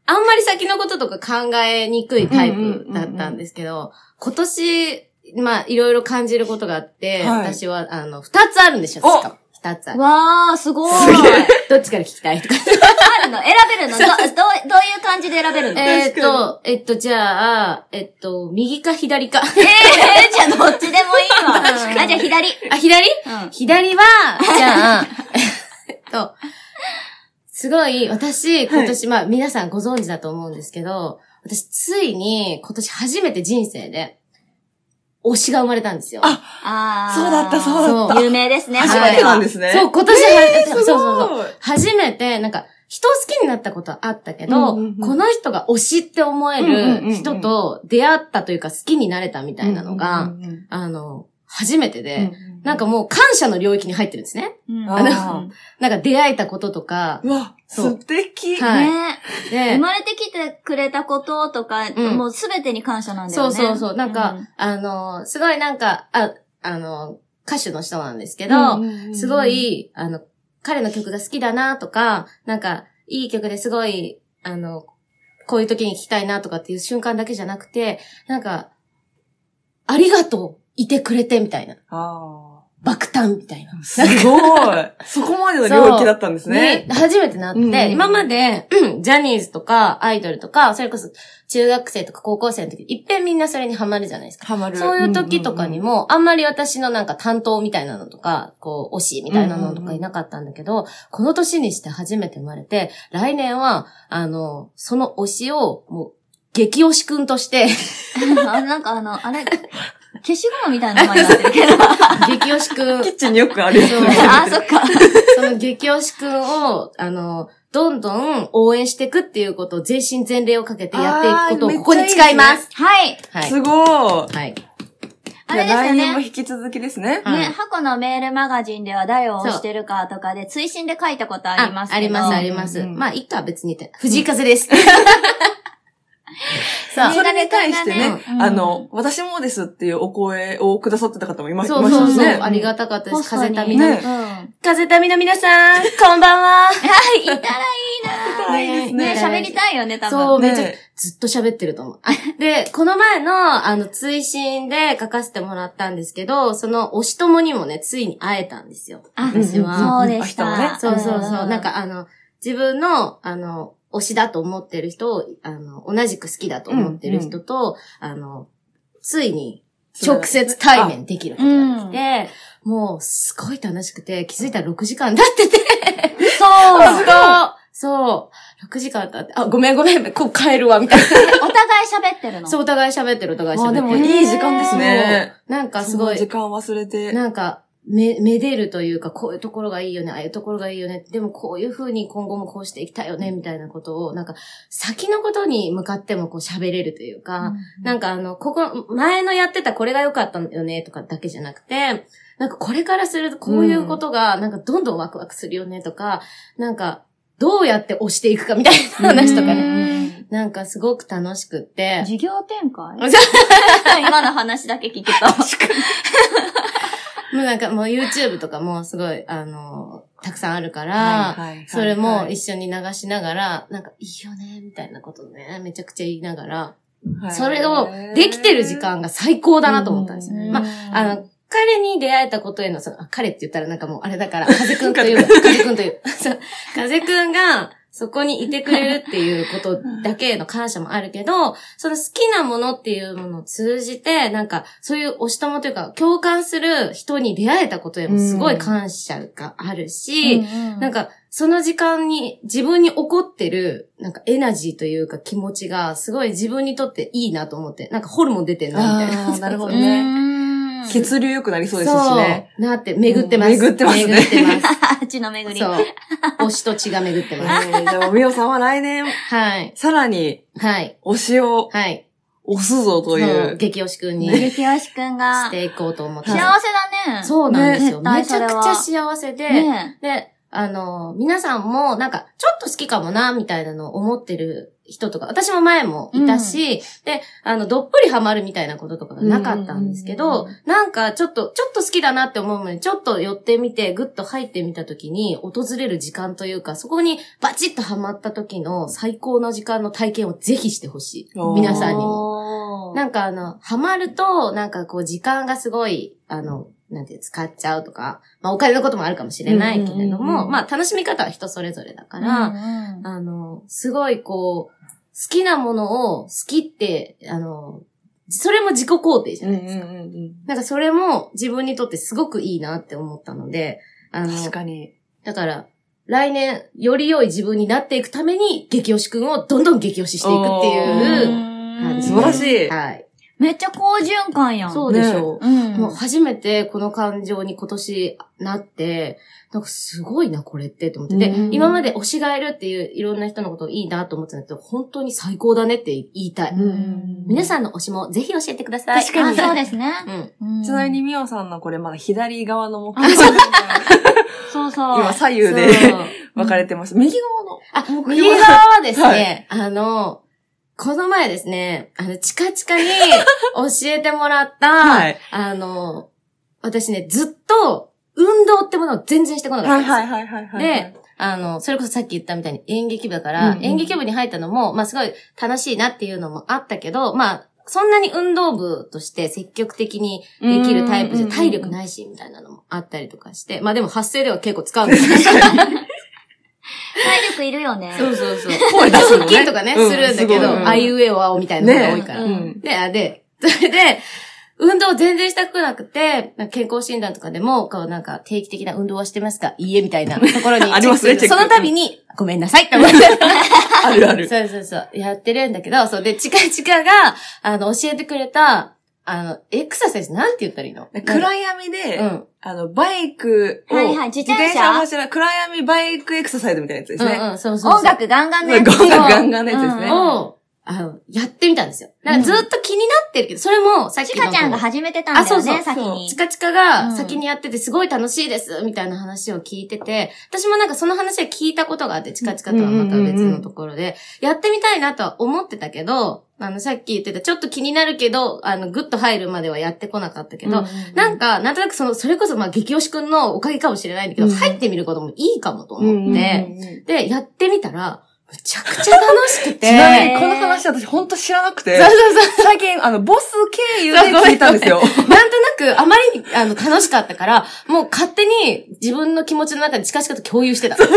S3: あんまり先のこととか考えにくいタイプだったんですけど、今年、まあ、いろいろ感じることがあって、
S2: はい
S3: 私は、あの、二つあるんですよ、
S2: お
S3: しかも。二つある。
S1: わー、すごい。
S3: どっちから聞きたいとか。
S1: あるの選べるのど、どう、どういう感じで選べるのえー、
S3: えーっと、えっと、じゃあ、えっと、右か 左か。
S1: じゃあどっちでもいいわ。あ、じゃあ左。
S3: あ、左
S1: うん。
S3: 左は、じゃあ、えっと、すごい、私、今年、まあ、皆さんご存知だと思うんですけど、私ついに今年初めて人生で、推しが生まれたんですよ。
S2: あ
S1: あー
S2: そうだった、そうだっ
S3: そ
S2: た。
S1: 有名ですね。
S2: 初
S1: ハワイは
S2: めてなんですね。
S3: そう、今年生まれた、そうそうそう。
S2: う。
S3: 初めて、なんか、人を好きになったことはあったけ
S2: う
S3: ど、
S2: んうんうん
S3: この人が推しって思える人と出会ったというか好きになれたみたいなのが、
S2: うんうんうん
S3: あの、初めてで、
S2: うん
S3: なんかもう感謝の領域に入ってるんですね。
S1: うん
S2: あの
S1: うん
S3: なんか出会えたこととか、
S2: うわ、
S3: そ
S2: 素
S3: う
S2: 敵。
S3: は
S2: はい
S1: ね生
S3: で、
S1: まれてきてくれたこととか、
S3: うん
S1: もうすべてに感謝なんだよ
S3: そ
S1: ね。
S3: うそうそう、なんか、
S1: う
S3: あの、すごいなんか、あ、あの、歌手の人なんですけど、
S2: い
S3: すご、い、あの、彼の曲が好きだなとか、なんか、いい曲ですごい、あの、こういう時に聴きたいなとかっていう瞬間だけじゃなくて、なんか、ありがとう、いてくれてみたいな。
S2: あ
S3: 爆誕みたいな。
S2: ー すごい。そこまでの領域だったんですね。
S3: に初めてなって、
S2: うん
S3: 今まで、うんジャニーズとかアイドルとか、それこそ中学生とか高校生の時、いっぺんみんなそれにハマるじゃないですか。
S2: ハマる。
S3: そういう時とかに
S2: も。
S3: も、あんまり私のなんか担当みたいなのとか、こう、推しみたいなのとかいなかったんだけど、この年にして初めて生まれて、来年は、あの、その推しを、もう、激推しくんと して、
S1: んあなんかあの、あれ、消しゴムみたいな名前になってるけど。
S3: 激推しくん
S2: キ、ッチンによくあるやつ。
S3: そう
S1: あー、そっか。
S3: その激推しくんを、あの、どんどん応援していくっていうことを全身全霊をかけてやっていくことを
S2: あー
S3: ここに
S2: めっちゃ
S3: 誓
S2: い
S3: い
S2: いですね
S3: ます。
S1: はい。
S3: はい。
S2: すごい。
S3: はい。
S1: あれですよ
S2: 来年も
S1: ね。
S2: 引き続きですね。
S3: はい
S1: ね、箱のメールマガジンでは誰を推してるかとかで、追伸で書いたことありますけど。
S3: あります、あります。
S2: うんうん
S3: まあ、一家は別にて。藤井風です。さあ、
S2: それに対してね、
S1: うん
S2: あの、私もですっていうお声をくださってた方もいまいま
S3: そう
S2: し
S3: そ
S2: た
S3: うそう、
S2: しね。
S3: ありがたかったで
S1: ポス
S3: す。
S1: ト
S3: 風
S1: に
S3: 民の、
S2: ね
S1: うん。
S3: 風民の皆さん、こんばんは。
S1: いたらいいな
S2: はいです
S1: ね、
S2: ね。
S1: 喋りたいよね、多分。
S3: そう、めっちゃ、
S2: ね
S3: ずっと喋ってると思う。あで、この前の、あの、追伸で書かせてもらったんですけど、その、推し友にもね、ついに会えたんですよ。
S1: あ
S3: 私は。
S1: そうでし
S2: うんうん
S1: た。
S3: そうそうそう。
S1: ん
S3: なん、か、あの、自分の、あの、推しだと思ってる人を、あの、同じく好きだと思ってる人と、あの、ついに、直接対面できることができて、もう、すごい楽しくて、気づいたら6時間経ってて、
S1: そう。
S3: そう、6時間経って、あ、ごめんごめん、こう帰るわ、みたい
S1: お互い喋ってる
S3: な。
S1: の。
S3: そう、お互い喋ってる、お互い
S2: あ、で
S3: 喋っ
S2: も
S3: てる。
S2: いい時間ですね。
S3: なんかすご
S2: その時
S3: い、
S2: 間忘れて。
S3: なんか、め、めでるというか、こういうところがいいよね、ああいうところがいいよね、でもこういう風に今後もこうしていきたいよね、みたいなことを、なんか、先のことに向かってもこう喋れるというか、なんかあの、ここ、前のやってたこれが良かったよねとかだけじゃなくて、なんかこれからするとこういうことが、なんかどんどんワクワクするよねとか、なんかどうやって押していくかみたいな話とかね。
S1: ね。
S3: なんかすごく楽しくって。
S1: 授業展開 今の話だけ聞くと。
S3: もうなんかもう YouTube とかもすごい、あの、たくさんあるから、
S2: はいはいはい
S3: それも一緒に流しながら、なんかいいよね、みたいなことをね、めちゃくちゃ言いながら、
S2: はい
S3: それをできてる時間が最高だなと思ったんですよ。まああの、彼に出会えたことへの、その、あ彼って言ったらなんかもうあれだから、 風くんという、風くんと いう。そう風くんが、そこにいてくれるっていうことだけへの感謝もあるけど、その好きなものっていうものを通じて、なんか、そういう推し友というか、共感する人に出会えたことへもすごい感謝があるし、なん
S1: か、
S3: か、その時間に自分に起こってる、なんかエナジーというか気持ちが、すごい自分にとっていいなと思って、なんかホルモン出てんな、みたい
S2: あ
S3: な。
S2: ーなるほど
S1: う
S2: ね
S1: ーん。
S2: 血流良くなりそうですしね。
S3: そう。なって、巡ってます。
S2: うん巡ってますね
S3: 巡って ま
S1: 血の巡
S3: す。
S1: り。
S3: そう。推しと血が巡って
S2: え
S3: ます。
S2: ーでも、みおさんは来年、
S3: はい。
S2: さらに、
S3: はい。
S2: 推しを
S3: はい。
S2: 推すぞとい
S3: そう
S2: う。
S3: 激推しくんにし
S1: 激推しくんが、
S3: ていこうと思って
S1: 幸せ
S3: ま
S1: だね。
S3: す。そうなんですよ。
S1: ね
S3: めちゃくちゃ幸せで、
S1: ね
S3: で、あの、皆さんも、なんか、ちょっと好きかもな、みたいなのを思ってる人とか、私も前もいたし、で、あの、どっぷりハマるみたいなこととかがなかったんですけど、
S2: うんうんうん
S3: なんか、ちょっと、ちょっと好きだなって思うのに、ちょっと寄ってみて、ぐっと入ってみた時に、訪れる時間というか、そこにバチッとハマった時の最高の時間の体験をぜひしてほしい。
S2: おー
S3: 皆さんにも。
S1: おー
S3: なんかあの、ハマると、なんかこう、時間がすごい、あの、なんていう、使っちゃうとか、まあお金のこともあるかもしれないけれど
S2: うんうんうん
S3: も、
S2: うん
S3: まあ楽しみ方は人それぞれだか
S1: うん
S3: ら、
S1: うん
S3: あの、すごいこう、好きなものを好きって、あの、それも自己肯定じゃ
S2: うん
S3: な
S2: う
S3: い
S2: ん
S3: ですか。
S2: うん
S3: なんかそれも自分にとってすごくいいなって思ったので、あ
S2: う
S3: の
S2: ん。、確かに。
S3: だから、来年、より良い自分になっていくために、激推しくんをどんどん激推ししていくってい
S1: う
S3: う。うんん
S2: 素晴らしい。
S3: はい。
S1: めっちゃ好循環やん。
S3: そうでしょう。
S1: うん。
S3: もう初めてこの感情に今年なって、なんかすごいな、これって、と思って。で
S2: う、ん
S3: 今まで推しがいるっていういろんな人のことをいいなと思ってたんだけど、本当に最高だねって言いたい。
S1: ん
S3: 皆さんの推しもぜひ教えてください。
S2: 確かに
S1: あそうですね。
S3: うん。
S1: うん
S2: ちなみに、みおさんのこれまだ左側の目
S1: あ、そうそうそう。
S2: 今左右で
S3: そう
S2: 分かれてます。右側の。
S3: あ、右側はですね、あの、この前ですね、あの、チカチカに教えてもらった、
S2: はい
S3: あの、私ね、ずっと運動ってものを全然してこなかったんですよ。
S2: はいはいは
S3: で、あの、それこそさっき言ったみたいに演劇部だから、
S2: うんうん
S3: 演劇部に入ったのも、まあすごい楽しいなっていうのもあったけど、まあ、そんなに運動部として積極的にできるタイプじゃ
S2: うんうんうん
S3: 体力ないし、みたいなのもあったりとかして、まあでも発声では結構使うん ですけど、
S1: 体力いるよね。
S3: そうそう そう。
S2: 声出すのね
S3: 腹筋とかね、
S2: うん
S3: するんだ
S2: す
S3: け
S2: ご
S3: ど、
S2: いうん
S3: あいうえおあおみたいなのが多いから。
S2: う
S1: うんん。
S3: で、あで、 それで、運動全然したくなくて、なんか健康診断とかでも、こうなんか定期的な運動はしてますかいいえ、みたいなところ に
S2: ありますね
S3: チ
S2: チェ
S3: ェックる
S2: ック
S3: その度に、ごめんなさいって思って。
S2: あるある。
S3: そうそうそう。やってるんだけど、そう。で、チカチカが、あの、教えてくれた、あの、エクササイズ、なんて言ったらいいのい。
S2: 暗闇で、
S3: うん。
S2: あの、バイクを、
S1: はいはい自転車
S2: を走ら、暗闇バイクエクササイズみたいなやつです
S3: うん
S2: ね。
S3: うん、そうそうそう。
S1: 音楽ガンガンのやつ。
S2: 音楽ガンガンのやつですね
S1: うん
S3: を、あの、やってみたんですよ。だからずっと気になってるけど、それも、さっき
S1: ち
S3: の
S1: かちゃんが始めてたんだよね、
S3: あそうそう
S1: 先に
S3: チ。カチカ
S1: う
S3: が
S1: ん
S3: 先にやっててすごい楽しいです、みたいな話を聞いてて、私もなんかその話は聞いたことがあって、チカチカとはまた別のところで、やってみたいなとは思ってたけど、あの、さっき言ってた、ちょっと気になるけど、あの、ぐっと入るまではやってこなかったけど、なんか、なんとなくその、それこそまあ、激推しくんのおかげかもしれないんだけど、
S2: うん
S3: 入ってみることもいいかもと
S2: うん
S3: 思
S2: うんうん
S3: って、で、やってみたら、むちゃくちゃ楽しく て、
S2: ちなみに、この話私ほんと知らなくて
S3: そう、そうそう。
S2: 最近、あの、ボス経由で聞いたんです よ。
S3: なんとなく、あまりに、あの、楽しかったから、もう勝手に自分の気持ちの中でチカチカと共有してた。楽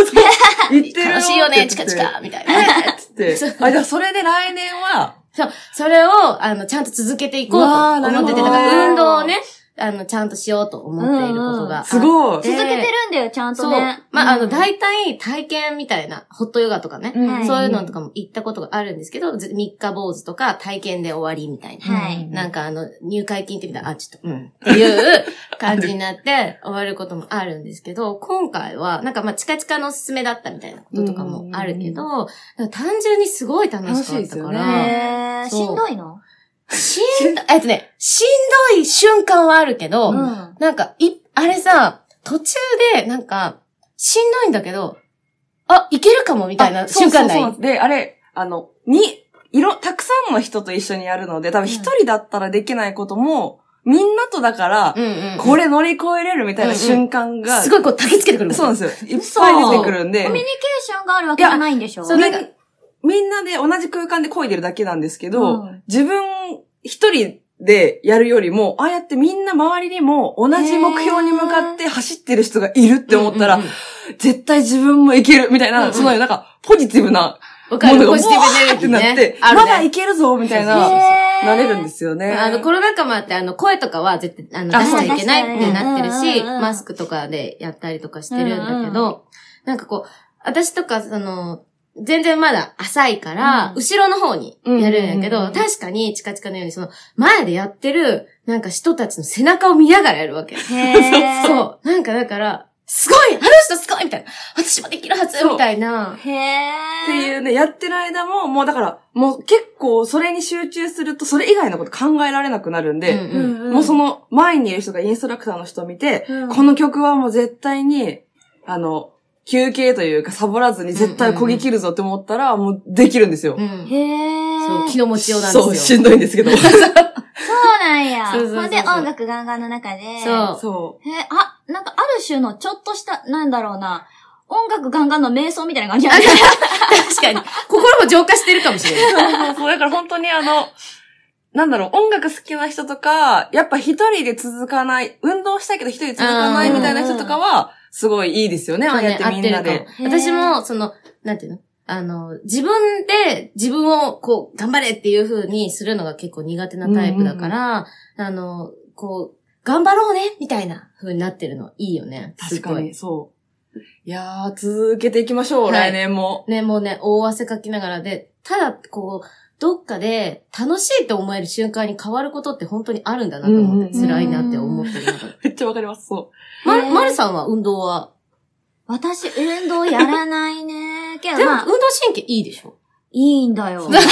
S2: 言ってるの
S3: しいよね、
S2: って
S3: チ
S2: 言
S3: カ
S2: って
S3: チカ、みたい
S2: え
S3: な。
S2: ーっつって。あ、じゃあそれで来年は、
S3: そう、それを、あの、ちゃんと続けていこうと
S2: わーなるほ
S3: 思っ
S2: ど
S3: てて、だから運動をね、あの、ちゃんとしようと思っていることが。
S2: すごい。
S1: 続けてるんだよ、ちゃんと
S3: そう。
S1: ね。
S3: まあ、あの、
S1: うん
S3: 大体体験みたいな、ホットヨガとかね、
S2: うん
S1: はい
S3: そういうのとかも行ったことがあるんですけど、3日坊主とか体験で終わりみたいな。
S1: はい
S3: なんかあの、入会金ってみたいな、あ、ちょっと、うん、っていう感じになって終わることもあるんですけど、今回は、なんかまあ、チカチカのおすすめだったみたいなこととかもあるけど、なんか単純にすごい楽しかった
S2: 楽
S3: か
S2: しいですよ
S3: ら、
S1: へー
S3: そう
S1: しんどいの
S3: しん ど、えっとね、しんどい瞬間はあるけど、
S1: うん。
S3: なんか、い、あれさ、途中で、なんか、しんどいんだけど、あ、いけるかもみたいな
S2: あそ
S3: 瞬
S2: うそう
S3: 間ない。
S2: そうで、あれ、あの、に、いろ、たくさんの人と一緒にやるので、多分一人だったらできないことも、みんなとだから、
S3: うんうん。
S2: これ乗り越えれるみたいな瞬間が、
S3: すごいこう、焚きつけてくる。
S2: そうなんんですよ。いっぱい出てくるんで
S1: コ、ミュニケーションがあるわけじゃないんでしょ
S3: そうなんか
S2: みんみんなで同じ空間で漕いでるだけなんですけど、
S1: うん
S2: 自分一人でやるよりも、ああやってみんな周りにも同じ目標に向かって走ってる人がいるって思ったら、
S3: うんうん
S2: 絶対自分もいけるみたいな、
S3: うんうん
S2: そのなんか、ポジティブな
S3: わか
S2: も
S3: る。
S2: のが、
S3: ポジティブエネルギー
S2: わー
S3: ね。
S2: ってなって、
S3: あるね
S2: まだいけるぞみたい
S3: そうそう
S2: な、
S1: へー
S2: なれるんですよね。
S3: あの、コロナ禍もあって、あの、声とかは絶対、あの、
S2: あ
S3: 出しちゃいけないってなってる
S1: そうですね
S3: し、
S1: うんうんうん
S3: マスクとかでやったりとかしてるんだけど、なんかこう、私とか、その、全然まだ浅いから、
S1: うん
S3: 後ろの方にやるんやけど、
S2: うんうんうん
S3: 確かに、チカチカのように、その、前でやってる、なんか人たちの背中を見ながらやるわけ。
S1: へー
S3: そう。なんかだから、すごいあの人すごいみたいな。私もできるはず
S2: そう
S3: みたいな。
S1: へー
S2: っていうね、やってる間も、もうだから、もう結構それに集中すると、それ以外のこと考えられなくなるんで、
S3: うんうん
S2: もうそ
S1: の、
S2: の前にいる人がインストラクターの人を見て、
S1: うん
S2: この曲はもう絶対に、あの、休憩というかサボらずに絶対こぎ切るぞって思ったら、もうできるんですよ。
S3: うん
S1: へー
S3: そう、気の持ちようなんです よ。
S2: そう、しんどいんですけど。
S1: そうなんや。
S3: そうそうそうそう
S1: ほんで、音楽ガンガンの中で。
S3: そう
S2: そ
S1: へ、あ、なんかある種のちょっとした、なんだろうな、音楽ガンガンの瞑想みたいな感じやね。
S3: 確かに。心も浄化してるかもしれな
S2: う。
S3: い。
S2: そうそうそう。だから本当にあの、なんだろう、音楽好きな人とか、やっぱ一人で続かない、運動したいけど一人で続かないみたいな人とかは、すごいいいですよね、ああやってみんなで。
S3: そうね合ってるかも私も、その、なんていうのあの、自分で自分をこう、頑張れっていう風にするのが結構苦手なタイプだから、あの、こう、頑張ろうねみたいな風になってるのいいよね。
S2: 確か
S3: すごい。
S2: に、そう。いやー、続けていきましょう、
S3: はい
S2: 来年も。
S3: ね、もうね、大汗かきながらで、ただ、こう、どっかで楽しいって思える瞬間に変わることって本当にあるんだなと思って、
S2: うんうん
S3: 辛いなって思ってる中で。
S2: めっちゃわかります、そ
S3: ま
S1: へ
S3: る、
S1: ー
S3: まるさんは運動は
S1: 私、運動やらないね。けど、
S3: でも、
S1: まあ
S3: 運、動神経いいでしょ
S1: いいんだよ。そうここね、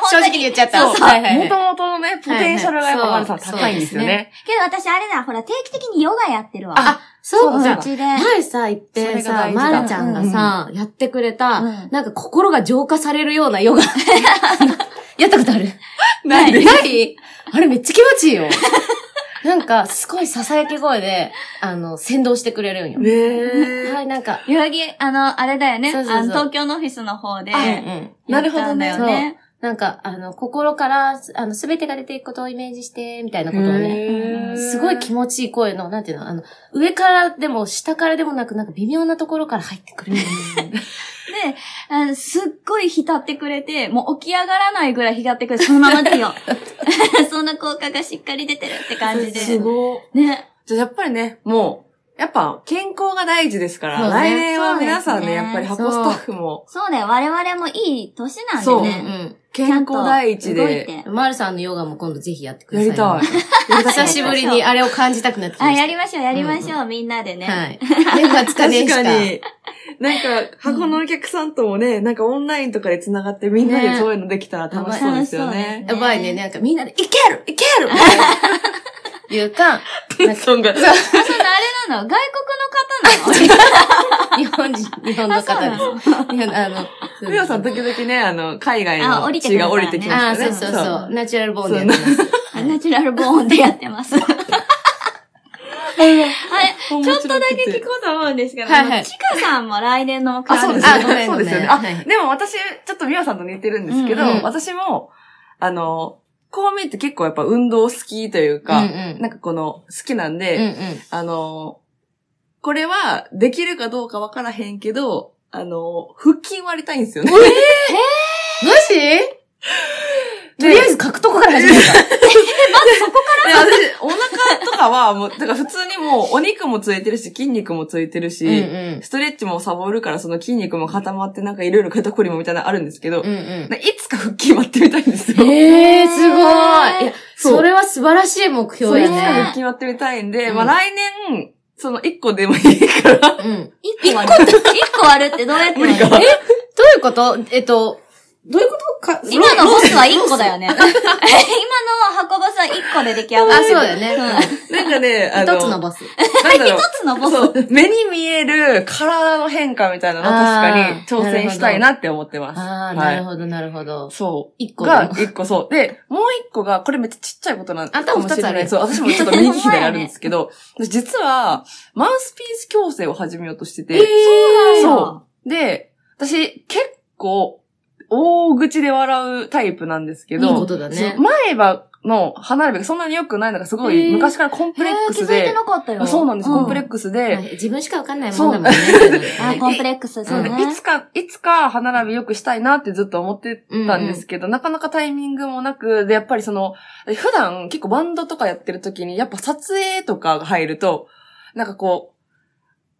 S1: 本当に。
S3: 言っちゃっ
S2: う。
S3: はいはいは
S2: も
S3: い
S2: ともとのね、ポテンシャルがやっぱ
S3: は
S2: マ
S3: いはい
S2: ルさん高いんですよね。
S1: けど私あれだ、ほら、定期的にヨガやってるわ。
S3: あそううじ
S1: ん
S3: ゃ。
S1: うんちで。
S3: 前さ、行って
S2: それが大
S3: さ、
S2: 事だ
S3: まるちゃんがさ、やってくれた、
S1: うん
S3: なんか心が浄化されるような ヨガ。やったことある
S2: ない
S3: ないあれめっちゃ気持ちいいよ。なんか、すごい囁き声で、あの、先導してくれるんよ。
S2: ね
S3: は
S2: え。
S3: い、なんか、
S1: 代々木、あの、あれだよね。
S3: そうそうそう
S1: あの東京のオフィスの方で。
S3: うんう
S1: や
S3: ん。
S2: なる
S1: っ
S2: ほ
S1: た
S2: ど
S1: んだ
S2: ね
S1: よ。ね。
S3: なんか、あの、心から、あの、すべてが出ていくことをイメージして、みたいなことをね。
S2: へー
S3: すごい気持ちいい声の、なんていうの、あの、上からでも下からでもなく、なんか微妙なところから入ってくる。
S1: で、あのすっごい浸ってくれて、もう起き上がらないぐらい浸ってくれて、そのままですよ。そんな効果がしっかり出てるって感じ
S2: す
S1: で。
S2: ごい。
S1: ね。
S2: じゃあやっぱりね、もう、やっぱ健康が大事ですから、
S3: そうね
S2: 来年は皆さん
S1: そうで
S2: ね、
S1: すね
S2: やっぱり箱スタッフも
S1: そうだよ。我々もいい年なん
S2: そう
S1: で
S3: う
S1: ね。
S3: ん
S2: 健康第一
S1: ちゃんと動い
S2: で
S1: て
S3: うん。まるさんのヨガも今度ぜひやってくだ
S2: や
S3: さい。
S2: りたい。
S3: 久しぶりにあれを感じたくなってきま
S1: あ、
S3: した。
S1: やりましょう、やりましょう、みんなでね。
S3: はい。年末か年
S2: 確
S3: 始
S2: か
S3: か。
S2: に。なんか、箱のお客さんともね、なんかオンラインとかで繋がってみんなで
S3: ね
S2: そういうのできたら楽しそうですよね。
S3: やばいね、なんかみんなで、いけるいけるいう か、
S2: テンション が。
S1: あ、そのあれなの外 国の方なの
S3: 日本人、日本の方です。日本あの、そう
S2: みおさん時々ね、あの、海外
S1: あ
S2: の
S1: 降りてく
S2: 血
S1: るか
S2: が
S1: らね
S2: 降りてきま
S3: ああ、
S2: した
S3: そ
S2: ね。
S3: うそうそう。ナチュラルボーンでやってます。
S1: あナチュラルボーンでやってます。
S2: ちょ
S1: ちょっとだけ聞こうと思うんですけど、
S3: はいはい
S1: あのちかさんも来年の目
S2: あ、
S1: 標
S2: そうです
S1: よ
S2: よ
S1: ね
S3: あご
S2: ね。そう
S3: めんごめん
S2: ですよね。あ、
S3: はい
S2: でも私、ちょっとみおさんと似てるんですけど、
S1: うん
S3: うん
S2: 私も、あの、こう見えて結構やっぱ運動好きというか、
S3: うんうん
S2: なんかこの、好きなんで、
S3: うんうん。
S2: あの、これはできるかどうかわからへんけど、あの、腹筋割りたいんですよね。
S3: マジとりあえず書くとこから始めた。
S2: で私、お腹とかは、もう、だから普通にもう、お肉もついてるし、筋肉もついてるし、
S3: うんうん。
S2: ストレッチもサボるから、その筋肉も固まって、なんかいろいろ肩こりもみたいなのあるんですけど、
S3: うんうん
S2: でいつか腹筋割ってみたいんですよ。
S3: ええー、すごいいや。
S2: そう
S3: それは素晴らしい目
S2: そう
S3: 標
S2: い
S3: や
S2: つか腹
S3: ね。
S2: 筋割ってみたいんで、
S3: うん
S2: まあ来年、その1個でもいいから、ど
S3: うん。
S1: 一個割る。一個割るってどうやって割る
S2: 無理か
S3: どういうことえっと、どういうことか
S1: 今のボスは一個だよね。今 の箱ボスは一個で出来上が
S3: あ、
S1: る。
S3: そうだよね。
S2: なんかね、あ
S3: 一つの
S2: の、
S3: ボス。
S2: なんだろう。
S1: 一つのボス。
S2: そう、目に見える体の変化みたいなのは確かに挑戦したいなって思ってます。
S3: ああ、
S2: は
S3: ないるほど、なるほど。
S2: そう。
S3: 一個でも
S2: が、一個そう。で、もう一個が、これめっちゃちっちゃいことなん
S3: あ多分二つあ
S2: かもし
S3: る
S2: れないそう、私も ちょっと右左あるんですけど、私実は、マウスピース矯正を始めようとしてて、
S1: そうなんや
S2: そう。で、私、結構、大口で笑うタイプなんですけ
S3: いい
S2: ど、
S3: ことだね
S2: そう。前歯の離れ歯がそんなに良くないのがすごい
S3: へー
S2: 昔からコンプレックスで、
S1: えー気づいてなかったよ。
S2: あそうなんです、コンプレッ
S1: ク
S2: クスで、
S3: はい自分しかわかんないもんだもん ね。
S1: スあ、コンプレックス、そうね。
S2: でいつか、いつか歯並び良くしたいなってずっと思ってたんですけど、なかなかタイミングもなく、で、やっぱりその、普段結構バンドとかやってる時に、やっぱ撮影とかが入ると、なんかこ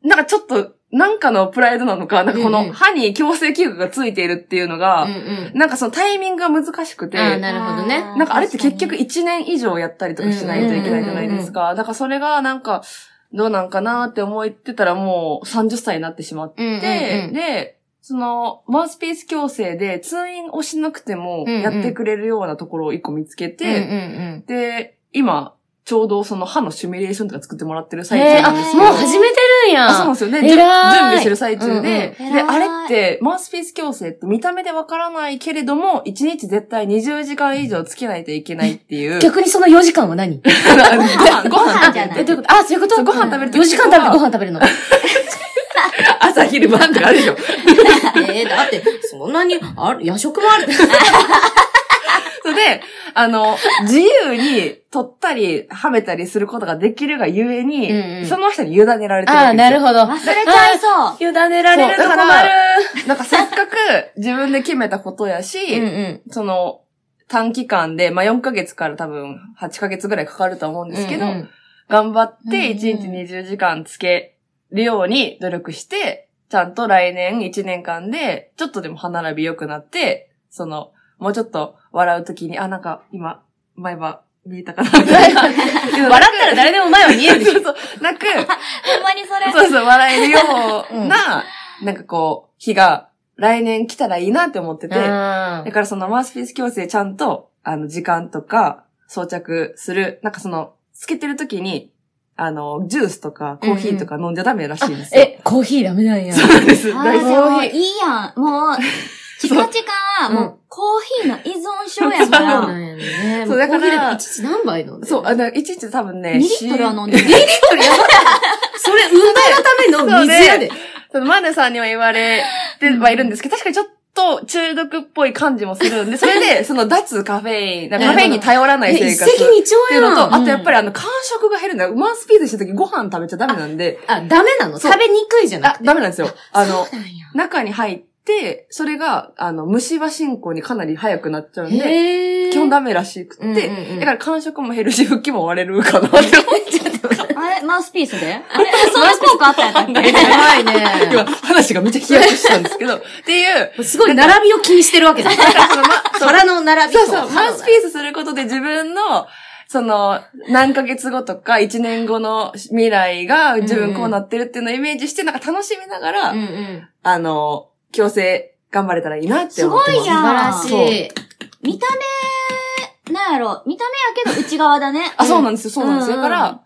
S2: う、なんかちょっと、なんかのプライドなのか、なんかこ
S3: うんう
S2: の
S3: ん
S2: 歯に矯正器具がついているっていうのが、
S3: うんうん。
S2: なんかそのタイミングが難しくて、
S3: ああ、なるほどね。
S2: なんかあれって結局1年以上やったりとかしないといけないじゃないですか。だからそれがなんか、どうなんかなって思ってたらもう30歳になってしまって、
S3: うんうんうん
S2: で、その、マウスピース矯正で通院をしなくても
S3: うんうん
S2: やってくれるようなところを一個見つけて、
S3: うんうん
S2: で、今、ちょうどその歯のシミュレーションとか作ってもらってる
S3: うん。
S2: 最中
S3: へえ、あ、
S2: なんですけど
S3: もう始めてるんや。
S2: あそうなんですよね。準準
S3: 偉い
S2: 備してる最中で。
S1: うんうん
S2: で、
S1: 偉い
S2: あれって、マウスピース矯正って見た目でわからないけれども、1日絶対20時間以上つけないといけないって いう。
S3: 逆にその4時間は何
S2: あのご飯、ご
S1: ご飯
S2: 飯
S1: じ
S2: 食べ
S1: ゃ
S2: て
S1: な
S3: え、
S1: い
S3: どういうことあ、そういうこと
S2: そうご飯食べる時
S3: 4時間食べてご飯食べるの。
S2: 朝昼晩とかあるでしょ。
S3: えー、だって、そんなに、ある、夜食もある。
S2: それで、あの、自由に取ったり、はめたりすることができるがゆえに、
S3: うんうん
S2: その人に委ねられてるんですよ。
S3: ああ、なる
S2: ほ
S3: ほど。
S1: 忘れちゃいそう。
S3: 委ねら
S2: そうだから、なんかせっかく自分で決めたことやし、
S3: うんうん。
S2: その、短期間で、まあ、4ヶ月から多分8ヶ月ぐらいかかると思うんですけど、
S3: うんうん
S2: 頑張っ
S3: うんうん
S2: て1日20時間つけるように努力して、ちゃんと来年1年間で、ちょっとでも歯並び良くなって、その、もうちょっと笑うときに、あ、なんか今、前歯見えたかなみたいな。
S3: 笑ったら誰でも前は見えるでし
S2: そ
S3: ょ。
S2: うそう。なく、
S1: ほんまにそれ。
S2: そうそう、笑えるような、なんかこう、日が来年来たらいいなって思ってて、だ
S3: あー
S2: からそのマウスピース矯正ちゃんと、あの、時間とか装着する、なんかその、つけてる時に、あの、ジュースとかコーヒーとか飲んじゃダメらしいんですよ。
S3: え、コーヒーダメなんや。
S2: そうなんです。
S1: あ
S2: 大
S1: ーもう
S2: 好き。
S1: いいやん。もう、チカチカはも
S3: うん
S1: うコーヒーの依存症やか
S3: そう
S1: ら
S3: な、んやね。
S2: そうだから
S3: もコーヒーで一日何杯飲んで
S2: そう、あの、いちいち多分ね、
S1: 2リットルは飲んで
S2: し
S1: る。リッ
S3: それ、運動のための水やで。
S2: そのマネさんには言われてはいるんですけど、確かにちょっと中毒っぽい感じもするんで、それで、その脱カフェイン、なんかカフェインに頼らない
S3: え、
S2: 生
S3: 一
S2: 活。
S3: 石二
S2: って
S3: 鳥
S2: い
S3: や
S2: うの
S3: ん。
S2: と、
S3: あ、
S2: あとやっぱりあの、間食が減るんだよ。マウスピースした時ご飯食べちゃダメなんで、
S3: ダメなの
S2: そう
S3: 食べにくいじゃ
S2: あ
S3: なく、て。
S2: ダメなんですよ。あの、
S3: そうなんや
S2: 中に入って、それが、あの、虫歯進行にかなり早くなっちゃうんで、
S3: へー
S2: 基本ダメらしく
S3: うん
S2: て、
S3: うんうん
S2: だから間食も減るし、復帰も割れるかなって思って。
S1: あれマウスピースであれそんな効果あったやったっ け
S3: やばい
S2: 今、
S3: ね。
S2: 話がめっちゃ飛躍したんですけど、っていう、
S3: すごい並びを気にしてるわけだ。
S2: だからその、ま、そう
S3: 腹の並び
S2: そう
S3: と。
S2: そう、マウスピースすることで自分の、その、何ヶ月後とか、1年後の未来が自分こうなってるっていうのをイメージして、なんか楽しみながら、
S3: うんうん。
S2: あの、強制頑張れたらいいなって
S1: す
S2: 思っ
S1: ご
S2: て
S1: い
S2: ます。
S1: じ
S3: 素晴
S1: ゃ
S3: ら
S1: ん。
S3: しい。
S1: 見た目、なんやろ。見た目やけど内側だね。
S2: あ、そうなんですよ、そうなんですよ。
S1: うん
S2: だから、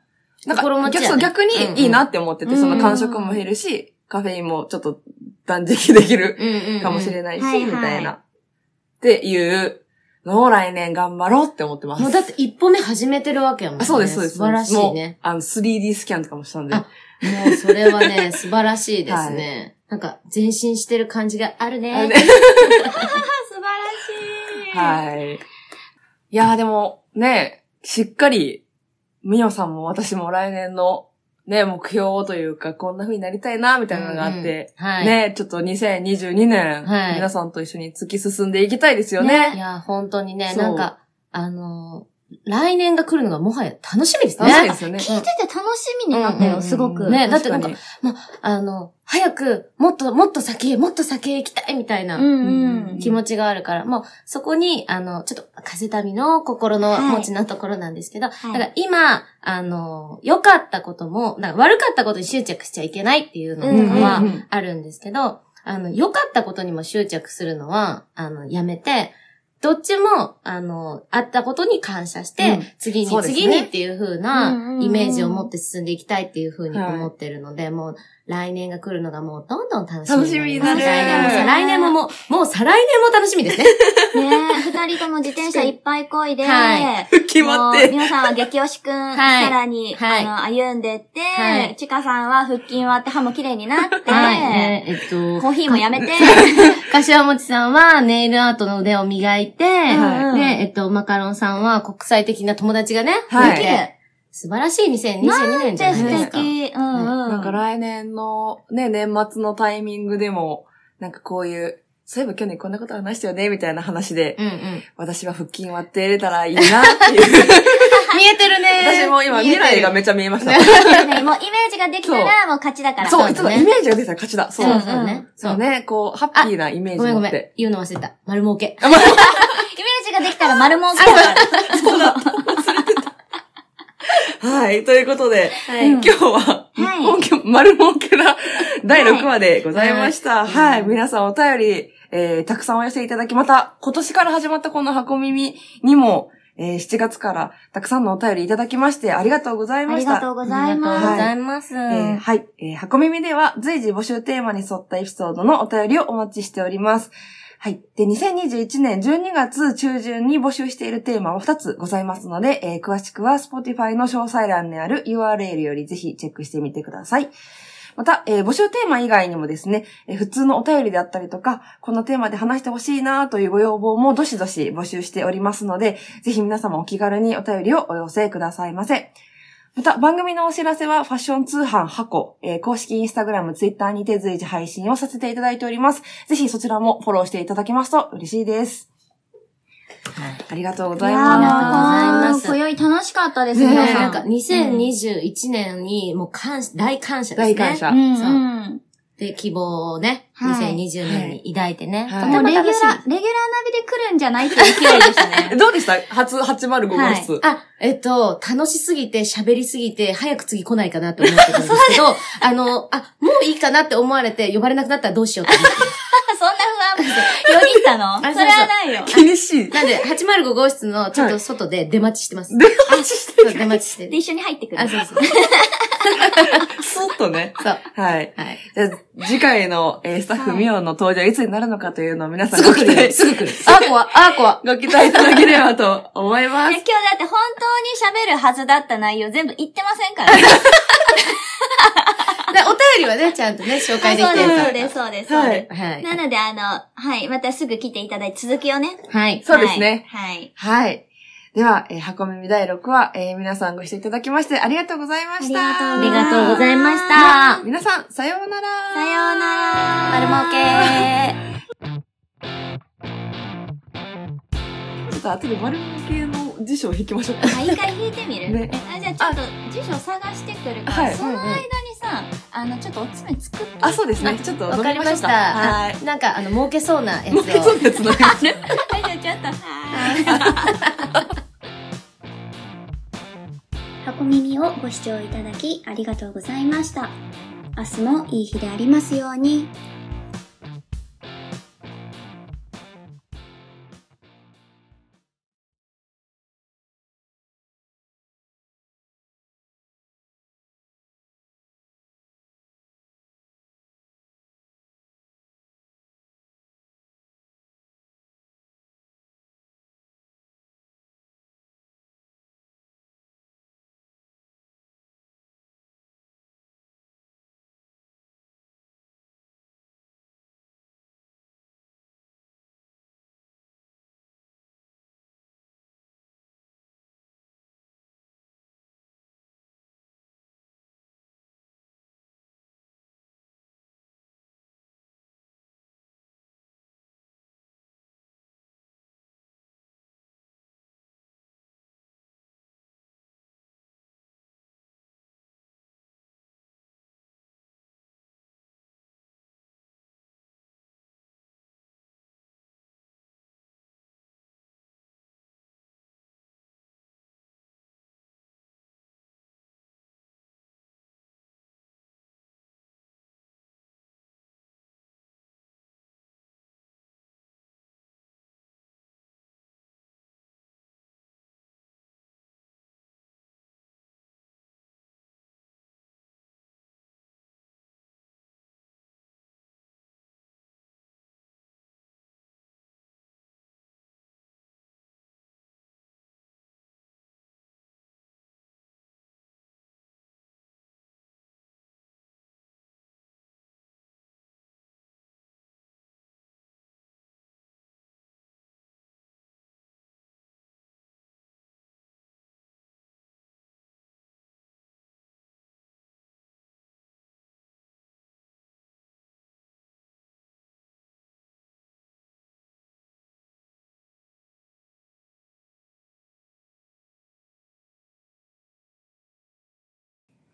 S2: なん
S3: 心
S2: か
S3: 持ち
S2: 逆
S3: や
S2: そう
S3: ね
S2: 逆
S3: うんうん
S2: にいいなって思ってて、
S3: うん
S2: その感触も減るし、カフェインもちょっと断食できる
S3: うんうんうん。
S2: かもしれないし、
S1: はいはい
S2: みたいな。っていうのを来年頑張ろうって思ってます。
S3: もうだって一歩目始めてるわけやもん
S2: あ
S3: ね。
S2: そうです、そうです。
S3: 素晴らしい
S2: もう
S3: ね。。
S2: あの、3D スキャンとかもしたんで。
S3: あもうそれは ね、素晴らしいですね。なんか、前進してる感じがある
S2: あの
S3: ね
S2: ね。
S1: 素晴らしい。
S2: はい。いやーでも、ね、しっかり、みよさんも私も来年の、ね、目標をというか、こんな風になりたいな、みたいなのがあって、
S3: うんうんはい
S2: ね、ちょっと2022年、
S3: はい
S2: 皆さんと一緒に突き進んでいきたいですよね。
S3: いや、本当にね、
S2: そう
S3: なんか、あのー、来年が来るのがもはや楽しみですね。
S2: 楽しみですよ
S1: 聞い
S2: ね。
S1: てて楽しみになった
S3: うん
S1: よ、すごく。
S3: ねだっ
S2: 確
S3: て
S2: か
S3: な
S2: に
S3: んかあの、早く、もっと、もっと先へ、もっと先へ行きたいみたいな
S1: うんうん。
S3: 気持ちがあるから、もう、そこに、あの、ちょっと、風旅の心の
S1: はい
S3: 持ちなところなんですけど、
S1: はい
S3: だから今、あの、良かったことも、なんか悪かったことに執着しちゃいけないっていうの
S1: うん
S3: とかは
S2: うんうんうん
S3: あるんですけど、あの、良かったことにも執着するのは、あの、やめて、どっちも、あの、あったことに感謝して、
S2: うん
S3: 次に
S2: そうですね
S3: 次にっていう
S1: う
S3: 風
S1: んうん
S3: な
S1: うん
S3: イメージを持って進んでいきたいっていう風に思ってるので、もう来年が来るのがもうどんどん楽しみになります。
S2: 楽しみになる
S3: 来年も再来年ももう、もう再来年も楽しみですね。
S1: ね二人とも自転車いっぱいこいで、
S3: は
S2: 決まっ
S1: もう
S2: て。
S1: 皆さんは激推しくん、
S3: い
S1: さらに、
S3: はい
S1: あの、歩んでって、
S3: はい
S1: ちかさんは腹筋割って歯も綺麗になって、
S3: はい。ねえっと、
S1: コーヒーもやめて、
S3: 柏餅さんはネイルアートの腕を磨いて、
S2: はい
S3: で、えっと、マカロンさんは国際的な友達がね、
S2: はい
S3: できて素晴らしい2022年じゃ
S1: で
S3: ない
S1: 素
S2: なんて
S3: ですか。
S1: 敵。うんうん。
S2: なんか来年の、ね、年末のタイミングでも、なんかこういう、そういえば去年こんなこと話したよね、みたいな話で、
S3: うんうん。
S2: 私は腹筋割って入れたらいいなって いう。
S3: 見えてるね
S2: 私も今未来がめっちゃ見えました。
S1: ねもうイメージができたら、もう勝ちだから。
S2: そう、
S3: そう
S2: ちょっと
S3: ね
S2: イメージが出たら勝ちだ。そう。
S3: そうそうね。そ
S2: そう
S3: うね。
S2: ね、こう、ハッピーなイメー
S3: ごめ
S2: ジ
S3: んご
S2: 持っ
S3: めん
S2: て。。
S3: 言うの忘れた。丸儲け。
S1: イメージができたら丸儲けだから。
S2: はい、ということで、
S3: はい
S2: 今日は、
S1: はい
S2: 本家丸儲 けな第6話でございました。はい、皆さんお便り、えー、たくさんお寄せいただき、また、今年から始まったこの箱耳にも、えー、7月からたくさんのお便りいただきまして、ありがとうござい
S1: あ
S2: ま
S1: り
S2: した。
S1: がとうございます。
S2: ありがとうござ
S3: います。
S2: えーはい。えー箱耳では随時募集テーマに沿ったエピソードのお便りをお待ちしております。はい。で、2021年12月中旬に募集しているテーマは2つございますので、えー詳しくは Spotify の詳細欄にある URL よりぜひチェックしてみてください。また、えー募集テーマ以外にもですね、えー普通のお便りであったりとか、このテーマで話してほしいなというご要望もどしどし募集しておりますので、ぜひ皆様お気軽にお便りをお寄せくださいませ。また、番組のお知らせは、ファッション通販箱、えー公式インスタグラム、ツイッターにて随時配信をさせていただいております。ぜひそちらもフォローしていただけますと嬉しいです。ありがとうご
S1: い
S2: ざい
S1: やー
S2: ま
S1: な
S2: す。
S3: ありがとうござい
S1: ん
S3: ま
S1: か
S3: す
S1: この、今宵楽しかったです
S2: ね
S1: ね。
S2: え
S3: なんか、2021年に、もう感謝、大感謝ですね。
S2: 大感謝
S1: う。ん、う。
S3: そうんで、希望をね、
S1: はい
S3: 2020年に抱いてね。
S2: はい
S1: もうレギュラー、レギュラーナビで来るんじゃないっていう勢いですね。
S2: えどうでした初805号室。
S3: あ、えっと、楽しすぎて、喋りすぎて、早く次来ないかなと思ってたんですけど、あの、あ、もういいかなって思われて、呼ばれなくなったらどうしようって思って。
S1: そんな不安って。よぎったの
S3: そうそう
S1: それはないよ。
S2: 気にしい。
S3: なんで、805号室のちょっ
S2: は
S3: と外で出待ちしてます。
S2: 出待ちして
S3: そう出待ちして
S1: で、
S3: る。
S1: 一緒に入ってくる。
S3: あ、そうそう。
S2: スッとね。
S3: そう。
S2: はい。
S3: はい。
S2: じゃあ次回の、えースタッフ
S1: はい
S2: ミオの登場いつになるのかというのを皆さん
S3: す
S2: ご
S3: ぐ
S2: 期
S3: 来
S2: 待
S3: る。、すぐ来る。
S2: あーこは、あーこは、ご期待いただければと思い ま
S1: いや
S2: す
S1: 今。日だって本当に喋るはずだった内容全部言ってませんからね。
S3: でお便りはね、ちゃんとね、紹介でき
S1: あ
S3: てるから。
S1: そうです、そうです、そうです。そうです
S3: はい。
S1: なので、あの、はい、またすぐ来ていただいて続きをね。
S3: はい。
S2: そうですね。
S1: はい。
S2: はい。では、えー箱耳第6話、えー皆さんご視聴いただきましてありがとうございました。
S1: あ
S3: ありがとうございました。
S2: 皆さん、さようなら。
S1: さようなら。丸儲け
S2: ちょっと後で丸物系の辞書を引きましょう か。
S1: あ、一回弾いてみる、
S2: ね
S1: あじゃあちょっと辞書探してくるから、
S2: はい
S1: その間にさ、あの、ちょっとおつめ作 って。
S2: あ、そうですね。ちょっと
S3: わ
S2: 飲
S3: か
S2: み
S3: り
S2: ま
S3: ま
S2: しょう
S3: した。
S2: は
S3: あ
S2: い。
S3: なんか、あの、儲けそうなやつ
S2: もう
S3: を。
S2: そうですね。
S1: はい、じゃあちょっと、はーい。
S4: 箱耳をご視聴いただきありがとうございました。明日もいい日でありますように。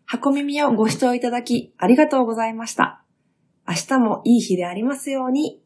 S2: 箱耳をご視聴いただきありがとうございました。明日もいい日でありますように。